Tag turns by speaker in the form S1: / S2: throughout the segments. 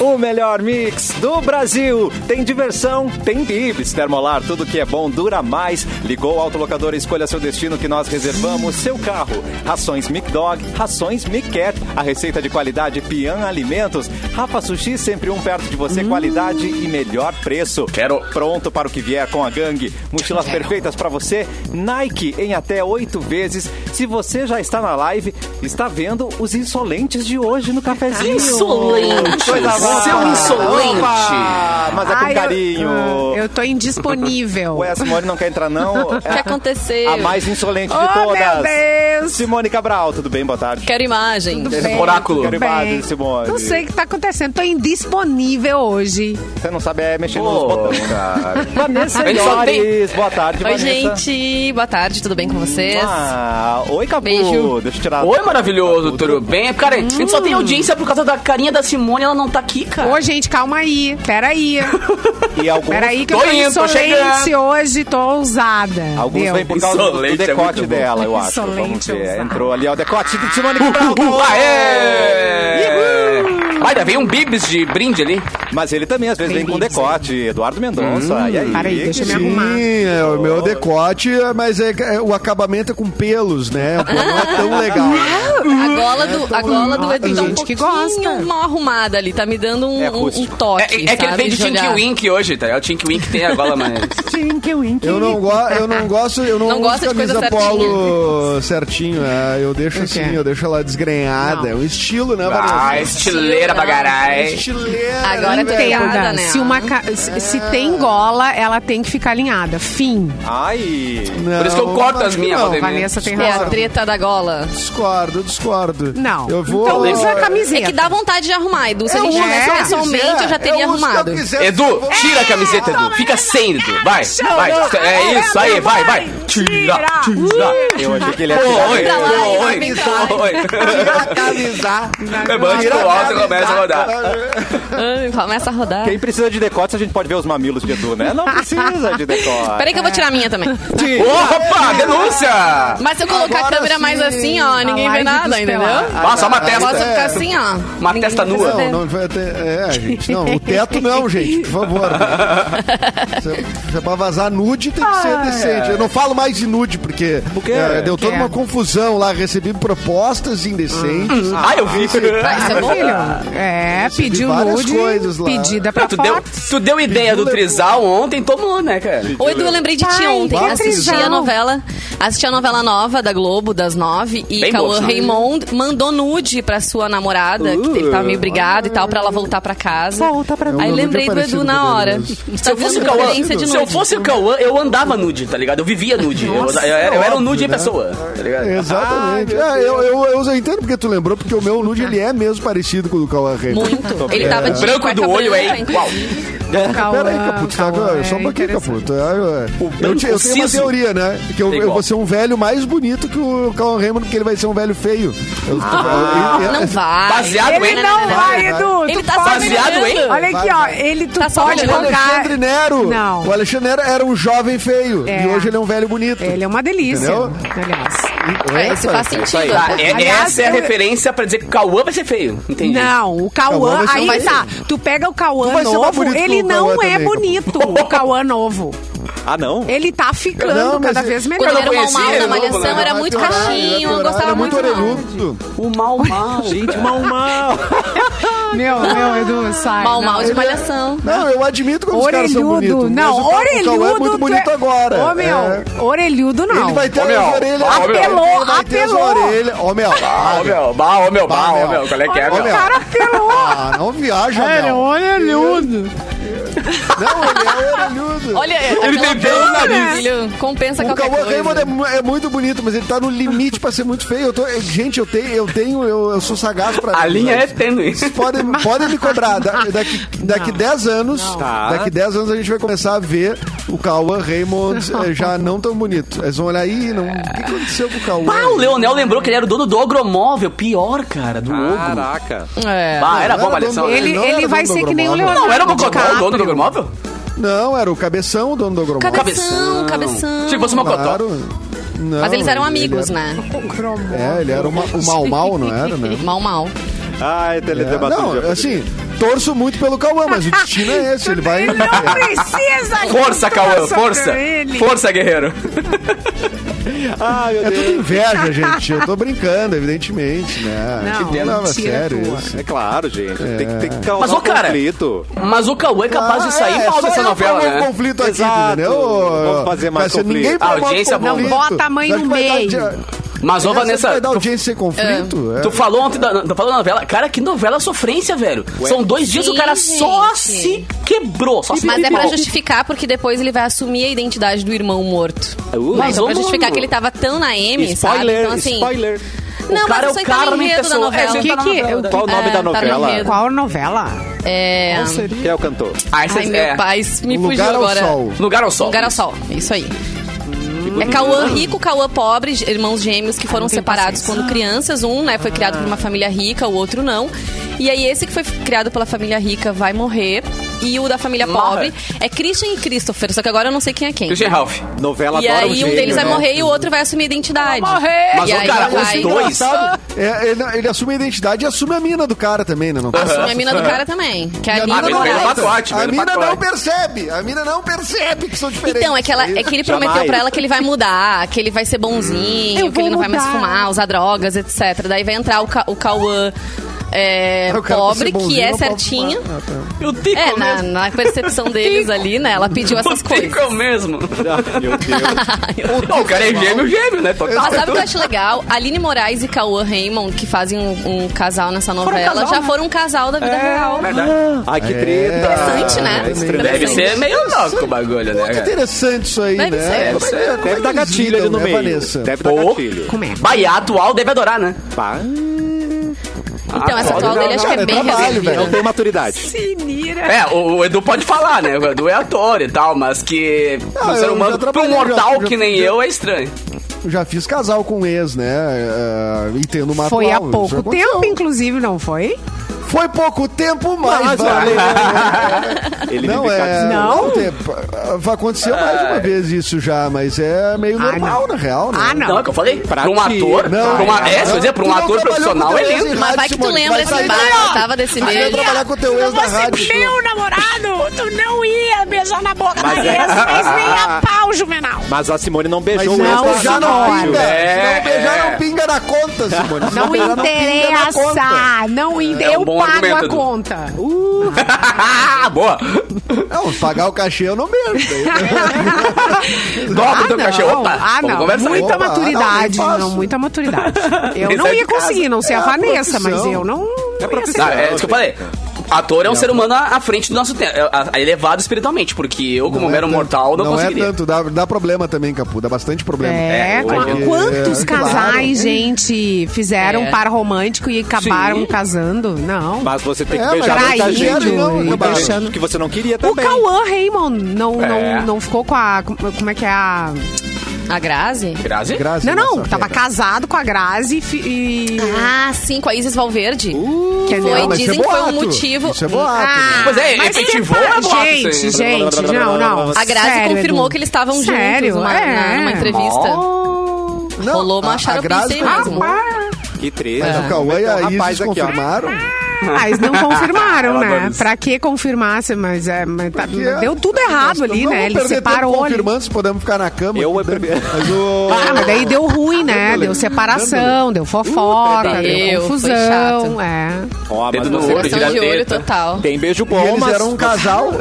S1: O melhor mix do Brasil. Tem diversão, tem bibs. Termolar, tudo que é bom dura mais. Ligou o autolocador e escolha seu destino que nós reservamos seu carro. Rações Mic Dog, rações Mic Cat, a receita de qualidade Pian Alimentos. Rafa Sushi, sempre um perto de você, qualidade e melhor preço.
S2: Quero.
S1: Pronto para o que vier com a gangue. Mochilas perfeitas para você. Nike em até oito vezes. Se você já está na live, está vendo os insolentes de hoje no cafezinho.
S3: Insolente.
S1: Coisa boa.
S2: Seu insolente.
S1: Opa, mas é com
S4: Ai, eu-
S1: carinho.
S4: Ah, Eu tô indisponível.
S1: Ué, a Simone não quer entrar, não? O
S3: que aconteceu?
S1: A mais insolente de
S4: Oh, meu
S1: todas.
S4: Deus.
S1: Simone Cabral, tudo bem? Boa tarde.
S3: Quero imagem.
S4: Tudo bem,
S2: Oráculo.
S4: tudo
S1: Derivado,
S4: bem.
S1: Simone.
S4: Não sei o que tá acontecendo. Tô indisponível hoje.
S1: Você não sabe é mexer nos
S2: Pô,
S1: botões, cara. Vanessa
S2: Ele só tem-
S1: Iores, boa tarde,
S3: Oi,
S1: Vanessa.
S3: gente. Boa tarde, tudo bem com vocês?
S1: Ah, oi, Capu.
S3: Beijo.
S1: Deixa eu tirar.
S2: Oi, maravilhoso, tá tudo bem? Hum. Cara, a gente só tem audiência por causa da carinha da Simone, ela não tá aqui, cara.
S4: Ô, gente, calma aí. Peraí.
S1: E alguns,
S4: Peraí que eu
S2: Tô
S4: tô
S2: indo, tô
S4: insolente
S2: chegando.
S4: hoje. Tô ousada.
S1: alguns
S4: Deu.
S1: vêm por causa do- do
S2: Insolente é
S1: decote
S2: muito bom.
S1: dela, eu acho. Vamos
S4: Insolente,
S1: ver.
S4: ousado.
S1: Entrou ali ó, o decote de Simone Cabral.
S2: Uh,
S1: Tá
S2: Aê! Vai, ainda vem um bibis de brinde ali.
S1: Mas ele também, às vezes, vem com
S4: Bem-vindos,
S1: decote. Eduardo Mendonça.
S2: Hum.
S1: e aí?
S4: Peraí, deixa eu me
S1: querido?
S4: arrumar.
S5: Sim, é o meu decote, mas é, é- o acabamento é com pelos, né? Pô, Não é tão legal.
S3: A gola do, a gola do Edu tá um
S4: gente que
S3: pouquinho
S4: gosta.
S3: mal arrumada ali. Tá me dando um,
S1: É
S3: um- um
S1: rústico.
S3: toque,
S2: É, é que ele
S3: sabe,
S2: tem de Tinky
S3: olhar.
S2: Wink hoje, tá? É o Tinky Wink que tem agora, mas.
S5: Eu não, go eu não gosto, eu não,
S3: Não
S5: uso
S3: gosta de
S5: camisa
S3: coisa
S5: polo certinho, é, eu deixo assim, eu deixo ela desgrenhada. É um estilo, né,
S2: Ah,
S5: Vanessa?
S2: estileira pra caralho.
S5: Estileira.
S3: Agora tu tem a-
S5: velho.
S4: Entenda,
S3: alinhada, né?
S4: se, uma ca- se- se tem gola, ela tem que ficar alinhada. Fim.
S1: Ai.
S5: Não,
S2: Por isso que eu corto as minhas,
S5: não,
S2: Valdemir.
S4: Vanessa tem
S3: É a
S4: razão.
S3: treta da gola.
S5: Discordo, discordo.
S4: Não.
S5: Eu vou.
S4: Então usa a camiseta.
S3: É que dá vontade de arrumar, Edu. Se a
S5: Eu
S3: gente
S5: uso
S3: tivesse
S5: o que eu
S3: pessoalmente,
S5: quiser.
S3: eu já teria
S5: uso o que eu
S3: arrumado. É,
S5: quiser, eu
S2: Edu,
S5: vou-
S2: tira a camiseta, Edu. Fica sem, Edu. Vai, vai. É isso, aí, vai, vai. Tira, tira.
S1: Eu achei que ele
S2: Oi,
S1: ia tirar
S2: oi,
S1: ele.
S2: oi,
S3: vem cá.
S2: oi.
S5: Tira a camisa.
S2: É banho
S5: Tira
S2: pro alto e
S5: camisa.
S2: começa a rodar.
S3: Ai, Começa a rodar.
S1: Quem precisa de decote, a gente pode ver os mamilos de Edu, né? Não precisa de decote.
S3: Peraí que eu vou tirar a minha também.
S2: Opa, denúncia!
S3: Mas se eu colocar
S5: Agora
S3: a câmera
S5: sim, Tá
S3: mais assim, ó, ninguém vê
S4: live dos
S3: nada, entendeu?
S4: pelados.
S2: Ah, só uma
S3: Eu
S2: testa.
S3: posso ficar
S5: é.
S3: assim, ó.
S2: Uma testa nua.
S5: Não, não vai ter. É, gente, não. O teto não, gente, por favor. né? Se, se é pra vazar nude, tem que ser decente. Eu não falo mais de nude, porque
S1: quê?
S5: é, deu toda
S4: quê?
S5: uma confusão lá. Recebi propostas indecentes.
S2: Ah, eu vi.
S3: Ah, isso é bom.
S4: Filho, é,
S5: Recebi
S4: pediu
S5: várias
S4: nude,
S5: coisas lá.
S4: pedida pra
S2: Tu deu,
S4: foto.
S2: tu deu ideia do trisal ontem, tomou, né, cara?
S3: Ô, Edu, eu lembrei de ti
S4: Ai,
S3: ontem.
S4: que
S3: Assisti a
S4: trisal.
S3: novela. Assisti a novela nova da Globo, das nove. E
S2: Bem
S3: Cauã
S2: boa, sabe?
S3: Raymond mandou nude pra sua namorada, que ele tava meio
S2: Uh.
S3: brigado e tal, pra ela voltar pra casa. Volta pra
S5: É um
S3: Aí
S5: nude
S3: lembrei do
S5: parecido
S3: Edu
S5: com
S3: na
S5: o
S3: hora.
S5: dele mesmo.
S2: Se eu fosse o Cauã,
S3: Tá referência de
S2: se eu
S3: nude.
S2: fosse o Cauã, eu andava nude, tá ligado? Eu vivia nude. Eu, eu- eu- eu era um nude em pessoa, tá
S5: É.
S2: ligado?
S5: Exatamente. É, eu, eu, eu, entendo porque tu lembrou, porque o meu nude ele é mesmo parecido com o do Cauã Reis.
S3: Muito. Ele tava
S2: O
S3: de
S2: branco
S3: cueca
S2: do olho
S3: branca,
S4: né?
S2: é igual.
S3: inclusive.
S4: Cauã,
S5: Peraí, Caputo, tá,
S4: Ah, Cauã,
S5: só um
S4: é
S5: pouquinho,
S4: interessante.
S5: Caputo. Eu, eu, eu, te- eu tenho uma
S2: Ciso.
S5: teoria, né? Que eu,
S2: É
S5: eu
S2: igual.
S5: vou ser um velho mais bonito que o Cauã Raymond, porque ele vai ser um velho feio. Eu- eu- eu-
S3: Não vai.
S2: Baseado em-
S4: Ele não vai, Edu.
S3: Ele
S4: tu
S3: tá
S4: pode-
S3: só
S2: Baseado em-
S3: melhorando.
S4: Olha aqui, ó. Ele tu
S3: Tá só
S4: pode
S5: O
S3: olhando.
S4: colocar.
S5: Tipo, Alexandre Nero.
S4: Não.
S5: O Alexandre Nero era um jovem feio.
S4: É.
S5: E hoje ele é um velho bonito.
S4: Ele é uma delícia.
S5: Entendeu?
S4: Aliás.
S3: É, isso faz
S2: Isso aí.
S3: sentido.
S2: Tá, é-
S4: Aliás,
S2: essa é a
S4: eu-
S2: referência pra dizer que o Cauã vai ser feio. Entendi.
S4: Não, o
S5: Cauã
S4: Cauã,
S5: vai ser
S4: aí
S5: mais-
S4: tá. Tu pega o
S5: Tu
S4: Cauã
S5: vai ser mais
S4: novo,
S5: bonito que
S4: ele
S5: o
S4: não
S5: Cauã
S4: é
S5: também,
S4: bonito, o Cauã novo.
S1: Ah, não?
S4: Ele tá ficando
S5: Não, mas
S4: cada
S5: é-
S4: vez melhor.
S3: Quando
S2: não
S3: era o mal
S2: conhecia,
S3: na
S2: eu não
S3: malhação,
S2: lembro.
S3: era muito
S5: Vai piorar, vai
S3: baixinho, eu
S5: piorar, ele
S3: gostava
S5: é muito
S3: muito. não.
S5: orelhudo.
S2: O mal, mal.
S1: Ah, Gente, mal, mal.
S4: Meu, meu, Edu, sai.
S3: Mal,
S2: né?
S4: não.
S3: mal de malhação.
S5: Não, eu admito que os caras são
S4: Orelhudo.
S5: bonitos.
S4: Não,
S5: mas o Cauã- O
S4: orelhudo.
S5: Cauã é muito
S4: tu
S5: bonito agora.
S4: Ô, meu,
S5: É.
S4: orelhudo não.
S5: Ele vai ter
S2: Ô, meu,
S5: as orelhas.
S2: ó, meu.
S5: Ele vai ter as
S4: Apelou, apelou.
S5: orelhas. Ó, meu.
S2: Mal, meu, mal, meu, mal, meu. Qual é que é,
S5: Olha,
S4: Olha, o
S2: meu?
S4: cara pelou.
S5: Ah, não viaja, meu.
S4: orelhudo.
S5: Não, ele é orelhudo.
S3: Olha,
S2: Ele
S3: aquela
S2: tem pelo no
S3: boca,
S2: nariz.
S3: filho, compensa
S5: O
S3: qualquer
S5: Cauã Raymond
S3: coisa.
S5: é, mu- é muito bonito, mas ele tá no limite pra ser muito feio. Eu tô- eu- gente, eu tenho, eu, tenho eu, eu sou sagaz pra.
S2: A linha é tênue.
S5: Vocês podem, podem me cobrar. Da- daqui, daqui 10 anos,
S1: Tá.
S5: daqui 10 anos a gente vai começar a ver o Cauã Raymond eh, já não tão bonito. Eles vão olhar aí, não. O que que aconteceu com o Cauã?
S2: Ah, o Leonel lembrou que ele era o dono do Ogromóvel. Pior, cara, do Ogro.
S1: Caraca.
S3: É.
S2: Ah, era
S5: Não
S2: bom, Alessandro.
S5: dono-
S4: Ele-
S5: não era
S4: ele vai
S5: dono do
S4: ser que nem o
S5: Agromóvel.
S2: Não, era o Mocotó, o dono do é
S4: DiCaprio.
S2: Ogromóvel?
S5: Não, era o Cabeção, o dono do Agromóvel.
S3: Cabeção, cabeção.
S2: Se fosse o Mocotó.
S5: Claro. Não,
S3: Mas eles eram
S5: Então, ele
S3: amigos,
S5: era-
S3: né?
S5: É, ele era o ma- o mal mal, um não era, né?
S3: Mal, mal.
S1: Ai,
S5: É,
S1: teledebatudo.
S5: não, assim, torço muito pelo Cauã, mas o destino é esse. Ele vai.
S6: Ele não precisa que
S2: Força,
S6: tu
S2: Cauã,
S6: torça
S2: força.
S6: pra ele.
S2: Força, guerreiro.
S1: Ai, meu
S5: É
S1: Deus.
S5: tudo inveja, gente. Eu tô brincando, evidentemente, né?
S4: Não,
S5: Tipo, é
S4: mentira
S5: sério
S4: tua.
S5: isso.
S1: É claro, gente. Tem que, tem que causar
S2: Mas, ô,
S1: um
S2: cara,
S1: conflito.
S2: Mas o Cauã é capaz de sair
S5: Ah, é,
S2: mal
S5: só
S2: dessa
S5: eu
S2: novela,
S5: promovo
S2: né?
S5: conflito aqui,
S1: Exato.
S5: entendeu?
S1: Vamos fazer mais
S5: Cassiano,
S1: conflito.
S5: Ninguém promove
S2: A audiência
S5: conflito.
S4: bomba. Não bota a mãe no
S5: Acho que vai dar
S4: meio.
S5: audiência-
S2: Mas, ô,
S5: Acho que
S2: Vanessa,
S5: Vai dar
S2: tu-
S5: audiência sem conflito? É.
S2: Tu falou ontem da, da, falou da novela. Cara, que novela sofrência, velho. São dois dias o
S3: Sim,
S2: cara só
S3: gente.
S2: se quebrou. Só se
S3: Mas é pra
S2: quebrou.
S3: justificar, porque depois ele vai assumir a identidade do irmão morto.
S2: Uh,
S3: Mas é pra
S2: vamos-
S3: justificar que ele tava tão na M, sabe?
S1: Spoiler,
S3: Então, assim...
S1: spoiler.
S3: Não,
S2: cara é
S3: mas
S2: o
S3: isso aí tá
S2: cara
S3: no
S2: na
S3: enredo da
S2: pessoa. É,
S3: novela.
S2: isso aí tá na
S4: Que que-
S2: novela.
S1: Qual o nome
S3: É,
S1: da
S3: tá no
S1: novela?
S3: enredo.
S4: Qual novela?
S3: É...
S4: Qual seria?
S1: Quem é o cantor?
S2: Ah, esse
S3: Ai, meu
S2: é-
S3: pai, isso me fugiu
S5: Lugar ao
S3: agora.
S5: sol.
S2: Lugar ao sol.
S3: Lugar ao sol, isso aí.
S2: Hum.
S3: É Cauã rico, Cauã pobre, g- irmãos gêmeos que foram separados quando crianças. Um né, foi criado por uma família rica, o outro não. E aí esse que foi f- criado pela família rica vai morrer. E o da família
S2: Morre.
S3: pobre é Christian e Christopher, só que agora eu não sei quem é quem.
S2: Christian Ralph.
S1: Novela
S3: E
S1: Adora o
S3: aí um
S1: Gênio,
S3: deles vai
S1: né?
S3: morrer e o outro vai assumir a identidade.
S6: Morrer!
S2: Mas,
S3: e
S2: ô,
S3: aí
S2: cara,
S3: vai...
S2: os dois...
S5: É, ele, ele assume a identidade e assume a mina do cara também, né? Não
S3: Assume a mina do cara também, que é a
S5: mina
S3: Aline
S2: não
S3: Moraes.
S2: é pacote,
S5: a
S2: velho,
S5: mina
S2: pacote.
S5: não percebe. A mina não percebe que são diferentes.
S3: Então, é que, ela, é que ele prometeu
S1: Jamais.
S3: pra ela que ele vai mudar, que ele vai ser bonzinho,
S4: Eu
S3: que ele
S4: vou
S3: não vai mais
S4: mudar.
S3: fumar, usar drogas, etc. Daí vai entrar o, Ca- o Cauã é,
S5: O cara pra
S3: pobre,
S5: ser bonzinho,
S3: que é
S5: não pode
S3: certinho.
S5: fumar. Ah, tá.
S2: Eu tenho
S3: É,
S2: mesmo.
S3: na, na percepção deles ali, né? Ela pediu essas
S2: Eu
S3: coisas.
S2: tenho mesmo.
S1: Ah, Meu Deus.
S2: Não, o cara é gêmeo, gêmeo, né? Total.
S3: Mas sabe o que eu acho legal? Aline Moraes e Cauã Raymond, que fazem um, um casal nessa novela,
S2: casal,
S3: já
S2: né?
S3: foram um casal da vida real.
S2: é Verdade.
S1: Ai, que
S5: É.
S1: treta.
S5: Interessante,
S3: né?
S1: É estranho.
S2: Deve
S3: Interessante.
S2: ser meio louco o bagulho, né?
S5: Muito
S2: cara?
S5: Ah, interessante isso aí,
S3: Deve ser.
S5: né? Como é que- como é
S1: Deve
S5: que
S1: dar
S5: eles
S1: gatilho ali
S5: lidam,
S1: no
S5: né,
S1: meio.
S5: Vanessa?
S1: Deve dar
S2: Pô.
S1: gatilho.
S4: Como é?
S2: Bah, e a atual deve adorar, né?
S1: Pá.
S3: Então, essa
S2: pode
S3: é? atual
S2: não,
S3: dele acho que
S5: cara,
S3: é
S5: é
S3: bem
S5: trabalho,
S3: resolvida.
S1: Não tem maturidade.
S6: Sinira.
S2: É, o, o Edu pode falar, né? O Edu é ator e tal, mas que
S5: Ah,
S2: um ser
S5: eu
S2: humano,
S5: já
S2: pro
S5: trabalhei,
S2: mortal
S5: já- já-
S2: que nem
S5: já-
S2: eu, é estranho.
S5: Eu já fiz casal com um ex, né? Ah, e tendo uma
S4: Foi há
S5: atual, isso
S4: pouco
S5: aconteceu.
S4: tempo, inclusive, não foi?
S5: Foi pouco tempo, mas,
S1: Mas
S5: valeu.
S1: Ele assim.
S5: Não
S1: vive
S5: é.
S1: cada-
S4: Não?
S5: pouco tempo. Ah, Aconteceu mais de uma vez isso já, mas é meio
S4: Ah,
S5: normal,
S4: não.
S5: na real, né?
S4: Ah, não.
S2: Não, é o que eu falei.
S1: Pra
S2: Pra um
S1: ti,
S2: ator,
S5: Não,
S2: pra uma, é, se eu
S5: não,
S2: dizer, pra
S5: tu
S2: um
S5: não
S2: ator
S5: trabalhou com
S2: profissional,
S5: teu
S2: é
S5: ex
S2: lindo.
S5: em
S3: Mas
S5: rádio,
S3: vai que tu
S5: Simone,
S3: lembra
S5: vai
S3: desse
S5: sair
S3: bar,
S5: daí.
S3: eu tava desse
S5: Vai
S3: meio.
S5: trabalhar com teu
S6: Se
S5: ex
S6: não
S5: na
S6: fosse
S5: rádio.
S6: meu namorado, tu não ia beijar na boca da
S1: Mas
S6: Vanessa,
S1: é-
S6: mas nem a pau, Juvenal.
S1: Mas a Simone não
S5: Mas
S1: beijou
S5: se
S1: o né?
S5: não
S1: ex da
S5: beijar, não
S1: rádio.
S5: pinga.
S2: É,
S5: Se não beijar,
S2: é.
S5: não pinga na conta, É, Simone. Se
S4: Não
S5: beijar, pinga na conta.
S4: interessa. Não inter...
S2: É um
S4: eu
S2: bom
S4: pago
S2: argumento,
S4: a
S2: Edu.
S4: conta. Uh,
S2: Ah, Boa.
S5: Não, se pagar o cachê, eu não beijo.
S2: Dobra o teu
S4: não.
S2: cachê. Opa,
S4: ah,
S2: vamos
S4: não.
S2: conversar.
S4: Muita
S5: Opa,
S4: maturidade.
S5: não, nem
S4: Não,
S5: faço.
S4: muita maturidade. Eu
S2: Nem
S4: não
S2: sai
S4: ia
S2: de casa.
S4: conseguir, não ser a
S5: a
S4: Vanessa, mas
S5: profissão.
S4: eu não. não ia ser.
S2: Ah, é isso que eu falei. Ator é um ser humano à à frente do nosso tempo, é, a- a- elevado espiritualmente, porque eu, como
S5: é
S2: mero
S5: tanto.
S2: mortal, não,
S5: não
S2: conseguiria.
S5: é tanto, dá, dá problema também, Capu, dá bastante problema.
S4: É,
S2: É,
S4: com-
S2: hoje-
S4: quantos
S5: é,
S4: casais, gente, fizeram
S3: É.
S4: um par romântico e acabaram
S2: Sim.
S4: casando? Não.
S1: Mas você tem que
S5: É, mas
S1: beijar muita
S4: traindo
S1: gente.
S4: e
S5: tá
S1: muita
S4: deixando-
S1: gente que você não queria
S4: O
S1: também.
S4: Cauã Raymond não,
S2: É.
S4: não, não ficou com a. Como é que é a.
S3: A Grazi?
S2: Grazi?
S5: Grazi,
S4: Não, não,
S5: nossa
S4: tava
S5: fera.
S4: casado com a Grazi e fi- e.
S3: Ah, sim, com a Isis Valverde.
S4: que
S3: foi,
S5: Não, mas
S3: dizem
S5: isso é
S3: que foi um
S5: boato.
S3: motivo-
S5: Isso é boato,
S4: Ah,
S5: né?
S2: Pois é, efetivou
S4: você
S2: é
S4: fala-
S2: boato,
S4: Gente,
S2: sim.
S4: gente, não, não.
S3: A Grazi
S4: Sério,
S3: confirmou
S4: Edu.
S3: que eles estavam juntos
S4: Sério,
S3: numa, na-
S4: é.
S3: numa entrevista.
S5: Não,
S3: Rolou uma
S5: a- a
S3: xaropice aí
S4: Ah,
S5: Grazi
S3: mesmo. É.
S5: confirmou.
S1: Que treta.
S5: Mas o Cauã e
S1: Então,
S5: a Isis
S1: rapaz aqui, ó.
S5: confirmaram?
S4: Mas não confirmaram,
S2: Ela
S4: né?
S2: adora isso.
S4: Pra que confirmasse? Mas, é, mas tá-
S5: Que é-
S4: deu tudo errado
S5: Nós
S4: ali,
S5: não
S4: né?
S5: vamos
S4: Ele
S5: perder
S4: separou
S5: tempo
S4: ali.
S5: confirmando se podemos ficar na cama.
S1: Eu é
S5: Mas
S1: primeiro.
S5: o...
S4: Ah, mas daí deu ruim, né?
S5: Dando-lhe.
S4: Deu separação, deu
S3: Deu,
S4: fofoca, deu
S3: foi
S4: confusão.
S3: chato.
S4: É.
S1: Ó, mas
S2: Dedo no
S1: você
S2: olho,
S1: precisa-
S3: Coração de
S2: tira
S3: olho
S2: teta.
S3: total.
S1: Tem beijo bom,
S5: E eles
S1: mas...
S5: eram um casal?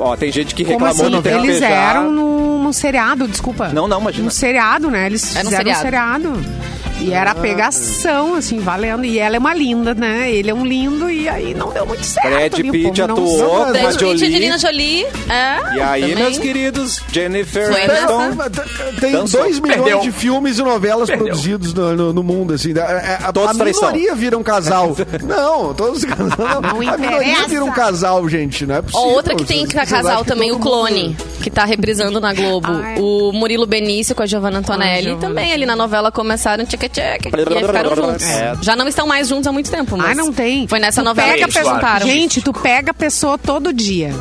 S1: Ó, tem gente que
S4: Como
S1: reclamou
S4: assim?
S1: não tem que
S4: Eles
S1: beijar.
S4: eram num, num seriado, desculpa.
S1: Não, não, imagina.
S4: Num seriado, né? Eles
S3: Era um
S4: fizeram um seriado. E
S1: Ah.
S4: era pegação, assim, valendo. E ela é uma linda, né? Ele é um lindo e aí não deu muito certo.
S1: Brad
S4: ali, o
S1: Pitt
S4: povo não
S1: atuou,
S4: sabe.
S1: Brad
S3: Brad
S1: Angelina
S3: Pitt,
S1: Jolie.
S3: Angelina Jolie. É,
S1: E aí,
S3: também.
S1: meus queridos, Jennifer
S3: Foi
S1: Aniston...
S5: Então, t- tem
S1: Dançou.
S5: 2 milhões
S2: Perdeu.
S5: de filmes e novelas
S2: Perdeu.
S5: produzidos no, no- no mundo, assim. A, a, a,
S1: Todos
S5: a
S1: traição.
S5: minoria vira um casal. não, todos os casal.
S4: Não
S5: a minoria
S4: interessa.
S5: vira um casal, gente. Não é
S3: Ó,
S5: possível.
S3: outra que tem
S5: Vocês-
S3: que
S5: vocês acham
S3: casal
S5: que
S3: também, o
S5: todo
S3: Clone,
S5: mundo-
S3: que tá reprisando na Globo.
S4: Ai.
S3: O Murilo Benício com a Giovanna Antonelli.
S4: Ai, é. Giovanna.
S3: também ali na novela começaram tcheca-tcheca. E aí ficaram juntos.
S1: É.
S3: Já não estão mais juntos há muito tempo, mas.
S4: Ah, não tem.
S3: Foi nessa
S4: Tu
S3: novela
S4: pega
S3: que
S4: a pessoa-
S3: apresentaram.
S4: Gente, tu pega a pessoa todo dia.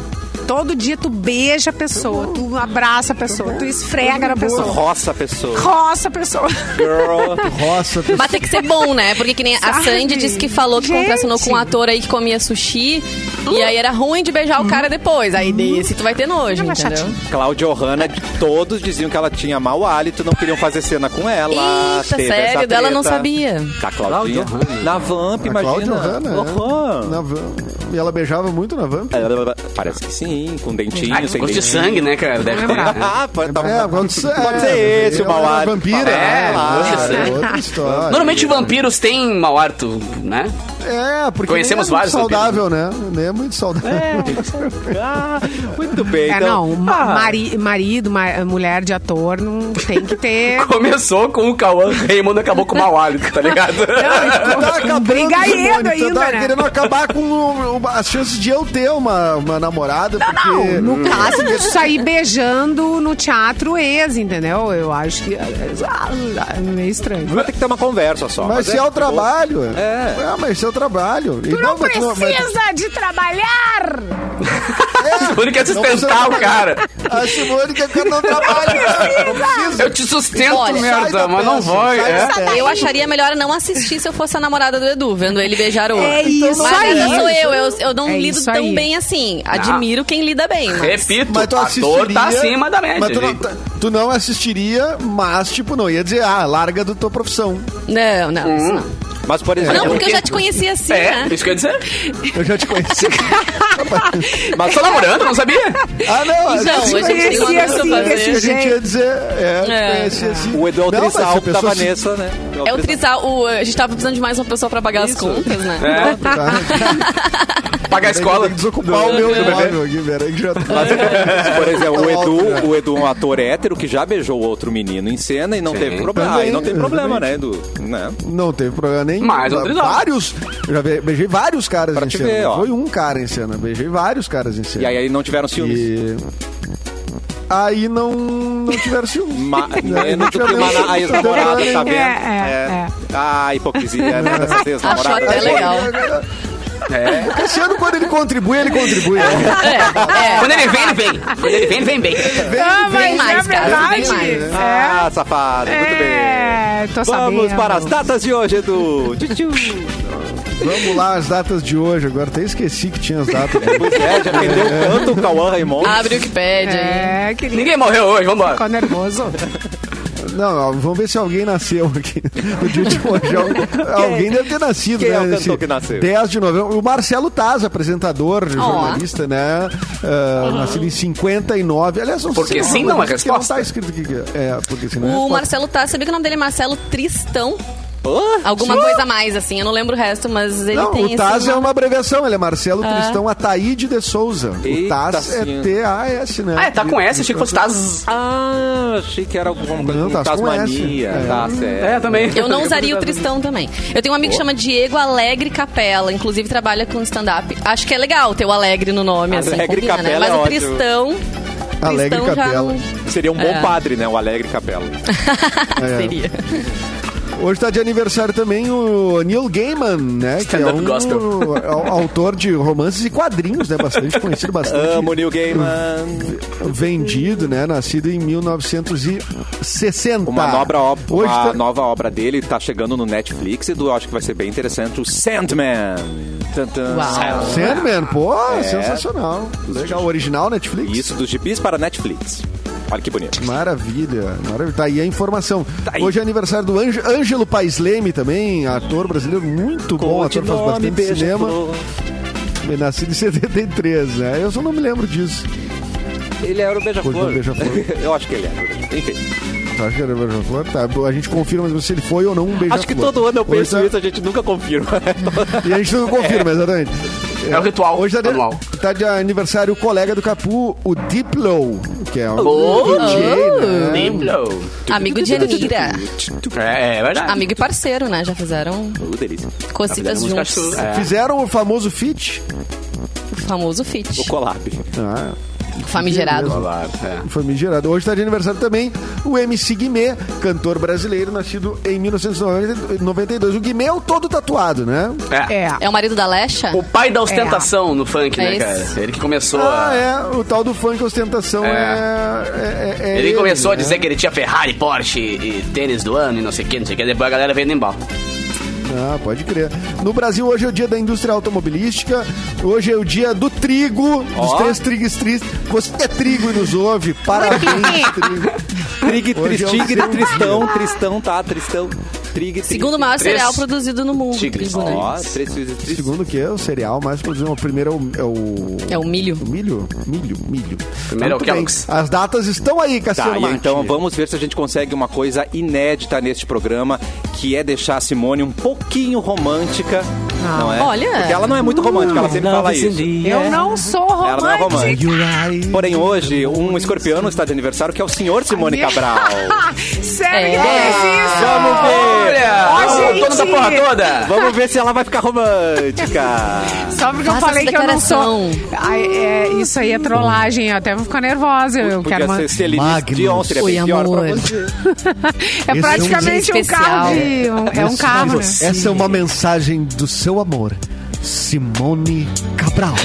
S4: Todo dia tu beija a pessoa, tu abraça a pessoa, tu esfrega na pessoa,
S1: Roça a pessoa.
S4: roça a pessoa.
S1: Girl.
S5: Roça,
S3: Mas tem que ser bom, né? Porque que nem a
S4: Sabe?
S3: Sandy disse que falou que
S4: Gente.
S3: contracionou com um ator aí que comia sushi. E aí era ruim de beijar o cara depois. Aí
S4: Uhum.
S3: desse tu vai ter nojo,
S4: Ela é
S3: entendeu?
S4: chatinha.
S1: Cláudia e Ohana, todos diziam que ela tinha mau hálito, não queriam fazer cena com ela.
S3: Eita,
S1: Teve
S3: sério?
S1: essa
S3: Dela não
S1: treta.
S3: sabia.
S1: Da Claudinha.
S2: Cláudia Ohana.
S1: Na Vamp,
S5: A Cláudia
S1: imagina.
S5: Hanna, é.
S1: Ohana.
S5: Na Vamp. E ela beijava muito na Vamp. É,
S1: Parece que sim, com dentinho,
S2: Ah,
S1: sem
S2: gosto
S1: dentinho.
S2: de sangue, né, cara? Deve ter.
S5: é
S2: né?
S1: Ah, pode, tá-
S5: pode ser,
S1: pode ser esse, o
S5: Ela
S1: mau
S5: era
S1: hálito.
S5: é vampira.
S2: É,
S5: né?
S2: pode
S5: Claro,
S2: ser.
S5: outra história.
S2: Normalmente vampiros têm mau harto, né?
S5: É, porque
S2: Conhecemos
S5: nem é
S2: vários
S5: muito saudável, né? Nem é muito saudável.
S1: Ah, muito bem.
S4: É,
S1: então,
S4: não, ma-
S1: Ah,
S4: mari- marido, ma- mulher de ator, não tem que
S5: É.
S4: ter.
S2: Começou com o Cauã Raymond acabou com o mau hálito, tá ligado?
S5: Tu tá acabando,
S4: Brigadeiro
S5: Simone, Tu
S4: ainda,
S5: tá
S4: né?
S5: querendo acabar com o- o- as chances de eu ter uma, uma namorada. porque... Hum.
S4: No caso de sair beijando no teatro ex, entendeu? Eu acho que. Ah, é meio estranho.
S1: Vai ter que ter uma conversa só.
S5: Mas se é o trabalho.
S1: É.
S5: É, mas se é o trabalho.
S6: Tu não
S5: é.
S6: precisa de trabalhar!
S2: O Bruno quer
S5: Não precisa
S2: sustentar o é cara.
S5: A Simone quer que eu não trabalhe. Não precisa.
S2: Eu te sustento,
S3: Olha,
S5: sai da
S2: merda, mas não
S5: peça,
S2: vai.
S5: sai
S2: É.
S5: da peça.
S3: Eu acharia melhor não assistir se eu fosse a namorada do Edu, vendo ele beijar o outro.
S4: É isso
S3: mas
S4: aí.
S3: essa sou eu, eu, eu não
S4: É
S3: lido
S4: isso
S3: tão
S4: aí.
S3: bem assim. Admiro quem lida bem. mas-
S2: Repito,
S5: Mas tu
S2: ator
S5: assistiria...
S2: tá acima da média.
S5: Mas tu não, tá,
S2: gente.
S5: tu não assistiria, mas, tipo, não ia dizer, ah, larga da tua profissão.
S3: Não, né, não, isso não.
S1: Mas,
S5: É.
S1: por exemplo...
S3: Não, porque eu já te conhecia assim,
S2: É,
S3: né?
S2: isso que eu ia dizer.
S5: Eu já te conheci.
S2: Mas tô namorando, não sabia?
S5: ah, não.
S3: Então,
S5: eu
S3: hoje
S5: te
S3: eu
S5: conheci.
S3: tenho uma
S4: conhecia
S3: coisa pra
S4: assim,
S3: fazer.
S5: A
S4: desse
S5: gente ia
S4: jeito.
S5: dizer, é, eu
S3: É.
S5: te conheci assim.
S1: O Edu é o
S5: Não, mas se a
S1: Trisalto da
S5: pessoa se-
S1: Vanessa, né?
S3: É o trisal. o- a gente tava precisando de mais uma pessoa pra pagar as contas, né?
S2: É, pagar a escola.
S5: Tá. Tem que desocupar o meu imóvel aqui, velho. que já tá-
S3: É.
S1: Por exemplo, o
S5: Alto,
S1: Edu,
S5: né?
S1: o Edu é um ator hétero que já beijou outro menino em cena e não
S2: Sim.
S1: teve problema.
S5: Também,
S1: Aí não tem problema, né,
S5: exatamente.
S1: Edu? Né?
S5: Não teve problema nem.
S2: Mas outro não.
S5: vários. Eu já be- beijei vários caras
S1: Pra
S5: em
S1: te
S5: cena.
S1: ver, ó.
S5: Foi um cara em cena. Beijei vários caras em cena.
S1: E aí, aí não tiveram ciúmes.
S5: E- Aí não, não tiveram ciúmes.
S1: Ma- é, menos do que
S5: Não, Então,
S1: uma
S5: não,
S1: na-
S5: não,
S1: ex-namorada,
S5: não,
S1: tá
S5: não,
S1: vendo?
S4: É, é,
S1: Ah, hipocrisia, né? Dessas ex-namoradas. É.
S3: Achou até legal.
S5: O Cassiano, é quando ele contribui, ele contribui. né?
S3: É,
S2: Quando ele vem, ele vem. Quando ele vem, ele vem bem.
S4: Ah,
S3: vem mais,
S4: é
S3: cara, vem
S4: verdade.
S3: mais.
S1: Ah, safado, muito bem.
S4: É, tô sabendo.
S1: Vamos para as datas de hoje, Edu.
S5: Vamos lá, as datas de hoje. Agora até esqueci que tinha as datas.
S1: Pois é, já rendeu tanto o Cauã Raymond.
S3: abre o que pede.
S4: É, querido.
S2: Ninguém morreu hoje, vambora.
S4: Ficou nervoso.
S5: Não, ó, vamos ver se alguém nasceu aqui no dia de hoje. Al- alguém deve ter nascido,
S1: quem
S5: né?
S1: é o cantor
S5: nesse
S1: que nasceu?
S5: 10 de novembro. O Marcelo Taz, apresentador, jornalista, né? Ah, Nascido em 59. Aliás, não sei
S2: Porque
S5: se
S2: sim não é
S5: jornalista, porque
S2: resposta.
S5: Não tá escrito aqui. que É, É, porque sim não é
S3: O
S5: resposta.
S3: Marcelo tá, sabia que o nome dele é Marcelo Tristão?
S1: Hã?
S3: Alguma coisa a mais, assim, eu não lembro o resto, mas ele
S5: Não,
S3: tem
S5: o Taz
S3: esse
S5: é uma abreviação, ele é Marcelo
S2: Ah.
S5: Tristão Ataíde de Souza.
S1: Eita,
S5: o Taz
S1: sim.
S5: é T-A-S, né?
S2: Ah, é, tá com S, achei que fosse Taz.
S1: Ah, achei que era alguma coisa
S5: Não,
S1: com
S5: tá com
S1: Tasmania.
S5: S. É.
S1: Tá certo.
S2: É, também.
S3: Eu não usaria o Tristão também. Eu tenho um amigo que chama Diego Alegre Capela, inclusive trabalha com stand-up. Acho que é legal ter o Alegre no nome, assim,
S1: Alegre
S3: combina, né?
S1: Capela
S3: Mas
S1: é
S3: o
S1: ótimo.
S3: Tristão.
S5: Alegre
S3: Tristão já
S5: Capela.
S3: não-
S1: Seria um bom padre, né? O Alegre Capela.
S5: É.
S3: Seria.
S5: Hoje tá de aniversário também o Neil Gaiman, né? Que é
S2: Stand-up
S5: um
S2: gospel.
S5: au- autor de romances e quadrinhos, né? Bastante conhecido, bastante
S1: Amo New Gaiman.
S5: vendido, né? Nascido em 1960.
S1: Uma, nova, ob-
S5: Hoje
S1: uma
S5: tá-
S1: nova obra dele tá chegando no Netflix e do, eu acho que vai ser bem interessante, o Sandman. Tan, tan.
S3: Uau.
S5: Sandman, pô,
S1: É.
S5: sensacional. Legal, original Netflix.
S1: Isso, dos gibis para Netflix. Olha que bonito.
S5: Maravilha, maravilha. Tá aí a informação.
S1: aí.
S5: Hoje é aniversário do Ange- Ângelo Paes Leme também, ator brasileiro muito bom, ator faz
S1: Codinome,
S5: bastante
S1: beija,
S5: cinema. é
S1: flor.
S5: Nascido em 73, né? Eu só não me lembro disso.
S1: Ele era o Beija-Flor.
S5: Codinome, beija-flor.
S1: eu acho que ele era. Enfim.
S5: Tu acha que era beija-flor? Tá, a gente confirma se ele foi ou não um beija-flor.
S1: Acho que todo ano eu
S5: Hoje
S1: penso
S5: tá-
S1: isso, a gente nunca confirma.
S5: E a gente não confirma, exatamente.
S2: É o ritual
S5: Hoje tá de,
S2: anual.
S5: tá de aniversário o colega do Capu, o Diplo, que é um
S2: Oh,
S5: DJ, né?
S2: Diplo.
S3: Amigo de Elira.
S2: É, é verdade.
S3: Amigo e parceiro, né? Já fizeram
S1: Uh, delícia.
S3: cocitas
S2: Música
S3: juntos.
S2: chu- é.
S5: Fizeram o famoso feat.
S3: O famoso feat.
S1: O collab.
S5: Ah,
S3: Famigerado.
S2: Claro, é.
S5: Famigerado. Hoje está de aniversário também o MC Guimê, cantor brasileiro, nascido em 1992. O Guimê é o todo tatuado, né?
S2: É.
S4: É.
S3: É o marido da Lesha?
S2: O pai da ostentação no funk, né,
S3: É esse.
S2: cara? Ele que começou
S5: É. Ah,
S2: a...
S5: é. O tal do funk ostentação é. é, é- é
S2: Ele começou a
S5: né?
S2: dizer que ele tinha Ferrari, Porsche e tênis do ano e não sei o que, não sei o que. Depois a galera veio no embalo.
S5: Ah, pode crer. No Brasil, hoje é o dia da indústria automobilística. Hoje é o dia do trigo. Dos
S1: Ó.
S5: três trigos tristes. Você é trigo e nos ouve. Parabéns, trigo.
S1: Trigue,
S5: Hoje é um
S1: tristigre,
S5: seu
S1: tristão, tristão, tá, tristão. Trigue,
S3: Segundo o maior
S2: Três
S3: cereal produzido no mundo.
S2: tigres.
S3: trigo, né?
S1: Ó, três tigres, três-
S5: Segundo que é o cereal mais produzido. O primeiro é o... É o,
S3: É o milho.
S5: milho? Milho, milho.
S2: Primeiro é o
S5: Muito bem.
S2: Kellogg's.
S5: As datas estão aí, Cassiano
S1: Tá, e
S5: Martins.
S1: então vamos ver se a gente consegue uma coisa inédita neste programa, que é deixar a Simone um pouquinho romântica, não é?
S3: Olha.
S1: Porque ela não é muito romântica, ela sempre fala isso.
S4: Eu não sou
S1: Ela não é
S4: romântica.
S1: romântica. Porém, hoje, um escorpiano está de aniversário, que é o senhor Simone Cabral.
S4: Sério
S3: É.
S4: que fez isso?
S1: Ah, Vamos ver!
S2: Olha!
S4: gente!
S2: o dono da porra toda!
S1: Vamos ver se ela vai ficar romântica.
S4: Só porque eu
S3: Faça
S4: falei
S3: essa
S4: que eu não sou.
S3: declaração.
S4: Ai, é, isso aí é trollagem, eu até vou ficar nervosa. Eu
S1: Porque
S4: quero
S1: a
S4: uma...
S1: Ce- Celine
S5: Magnus.
S1: Dion seria
S3: Oi,
S1: bem pior
S3: amor.
S1: pra você.
S4: É praticamente um
S3: especial.
S4: carro de. um- é um
S3: Ah,
S4: carro, né?
S5: Essa é uma mensagem do seu amor. Simone Cabral.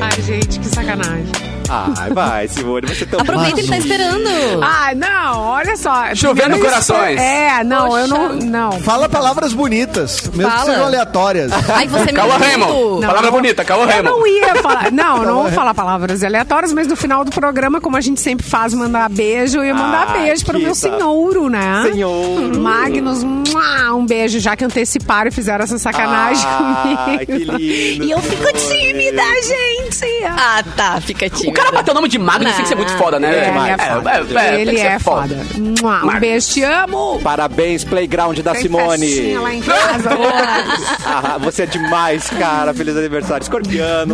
S4: Ai, gente, que sacanagem.
S1: Ai, vai, Simone, você tão...
S3: Aproveita, ele tá esperando.
S4: Ah, não, olha só.
S2: Chovendo
S4: Primeiro
S2: corações.
S4: isso- É, não, eu não. Não.
S5: Fala palavras bonitas, mesmo que
S3: Fala.
S5: sejam aleatórias.
S3: Aí você me
S2: Calma, Raymond!
S3: ouviu.
S2: Palavra
S4: eu-
S2: bonita, calma,
S4: Eu não
S2: Raymond!
S4: ia falar. Não, eu não vou falar palavras aleatórias, mas no final do programa, como a gente sempre faz, mandar beijo, eu ia mandar
S1: Ah,
S4: beijo pro
S1: que
S4: meu
S1: tá-
S4: senhoro, né?
S1: Senhoro.
S4: Magnus, mua, um beijo, já que anteciparam e fizeram essa sacanagem
S1: Ah,
S4: comigo.
S1: que lindo.
S4: E eu fico tímida, gente.
S3: Ah, tá, fica tímido.
S2: O cara bateu o nome de Magnus tem que ser muito foda, né?
S4: Ele é,
S2: Demais.
S4: foda.
S2: é, é, tem
S4: Ele
S2: que ser
S4: é foda. Mua, Um
S2: Magnus.
S4: beijo, te amo.
S1: Parabéns, Playground da
S5: Tá,
S4: Tem
S1: Simone.
S4: festinha lá em casa. hoje.
S1: Ah, você é demais, cara. Feliz aniversário, escorpiano.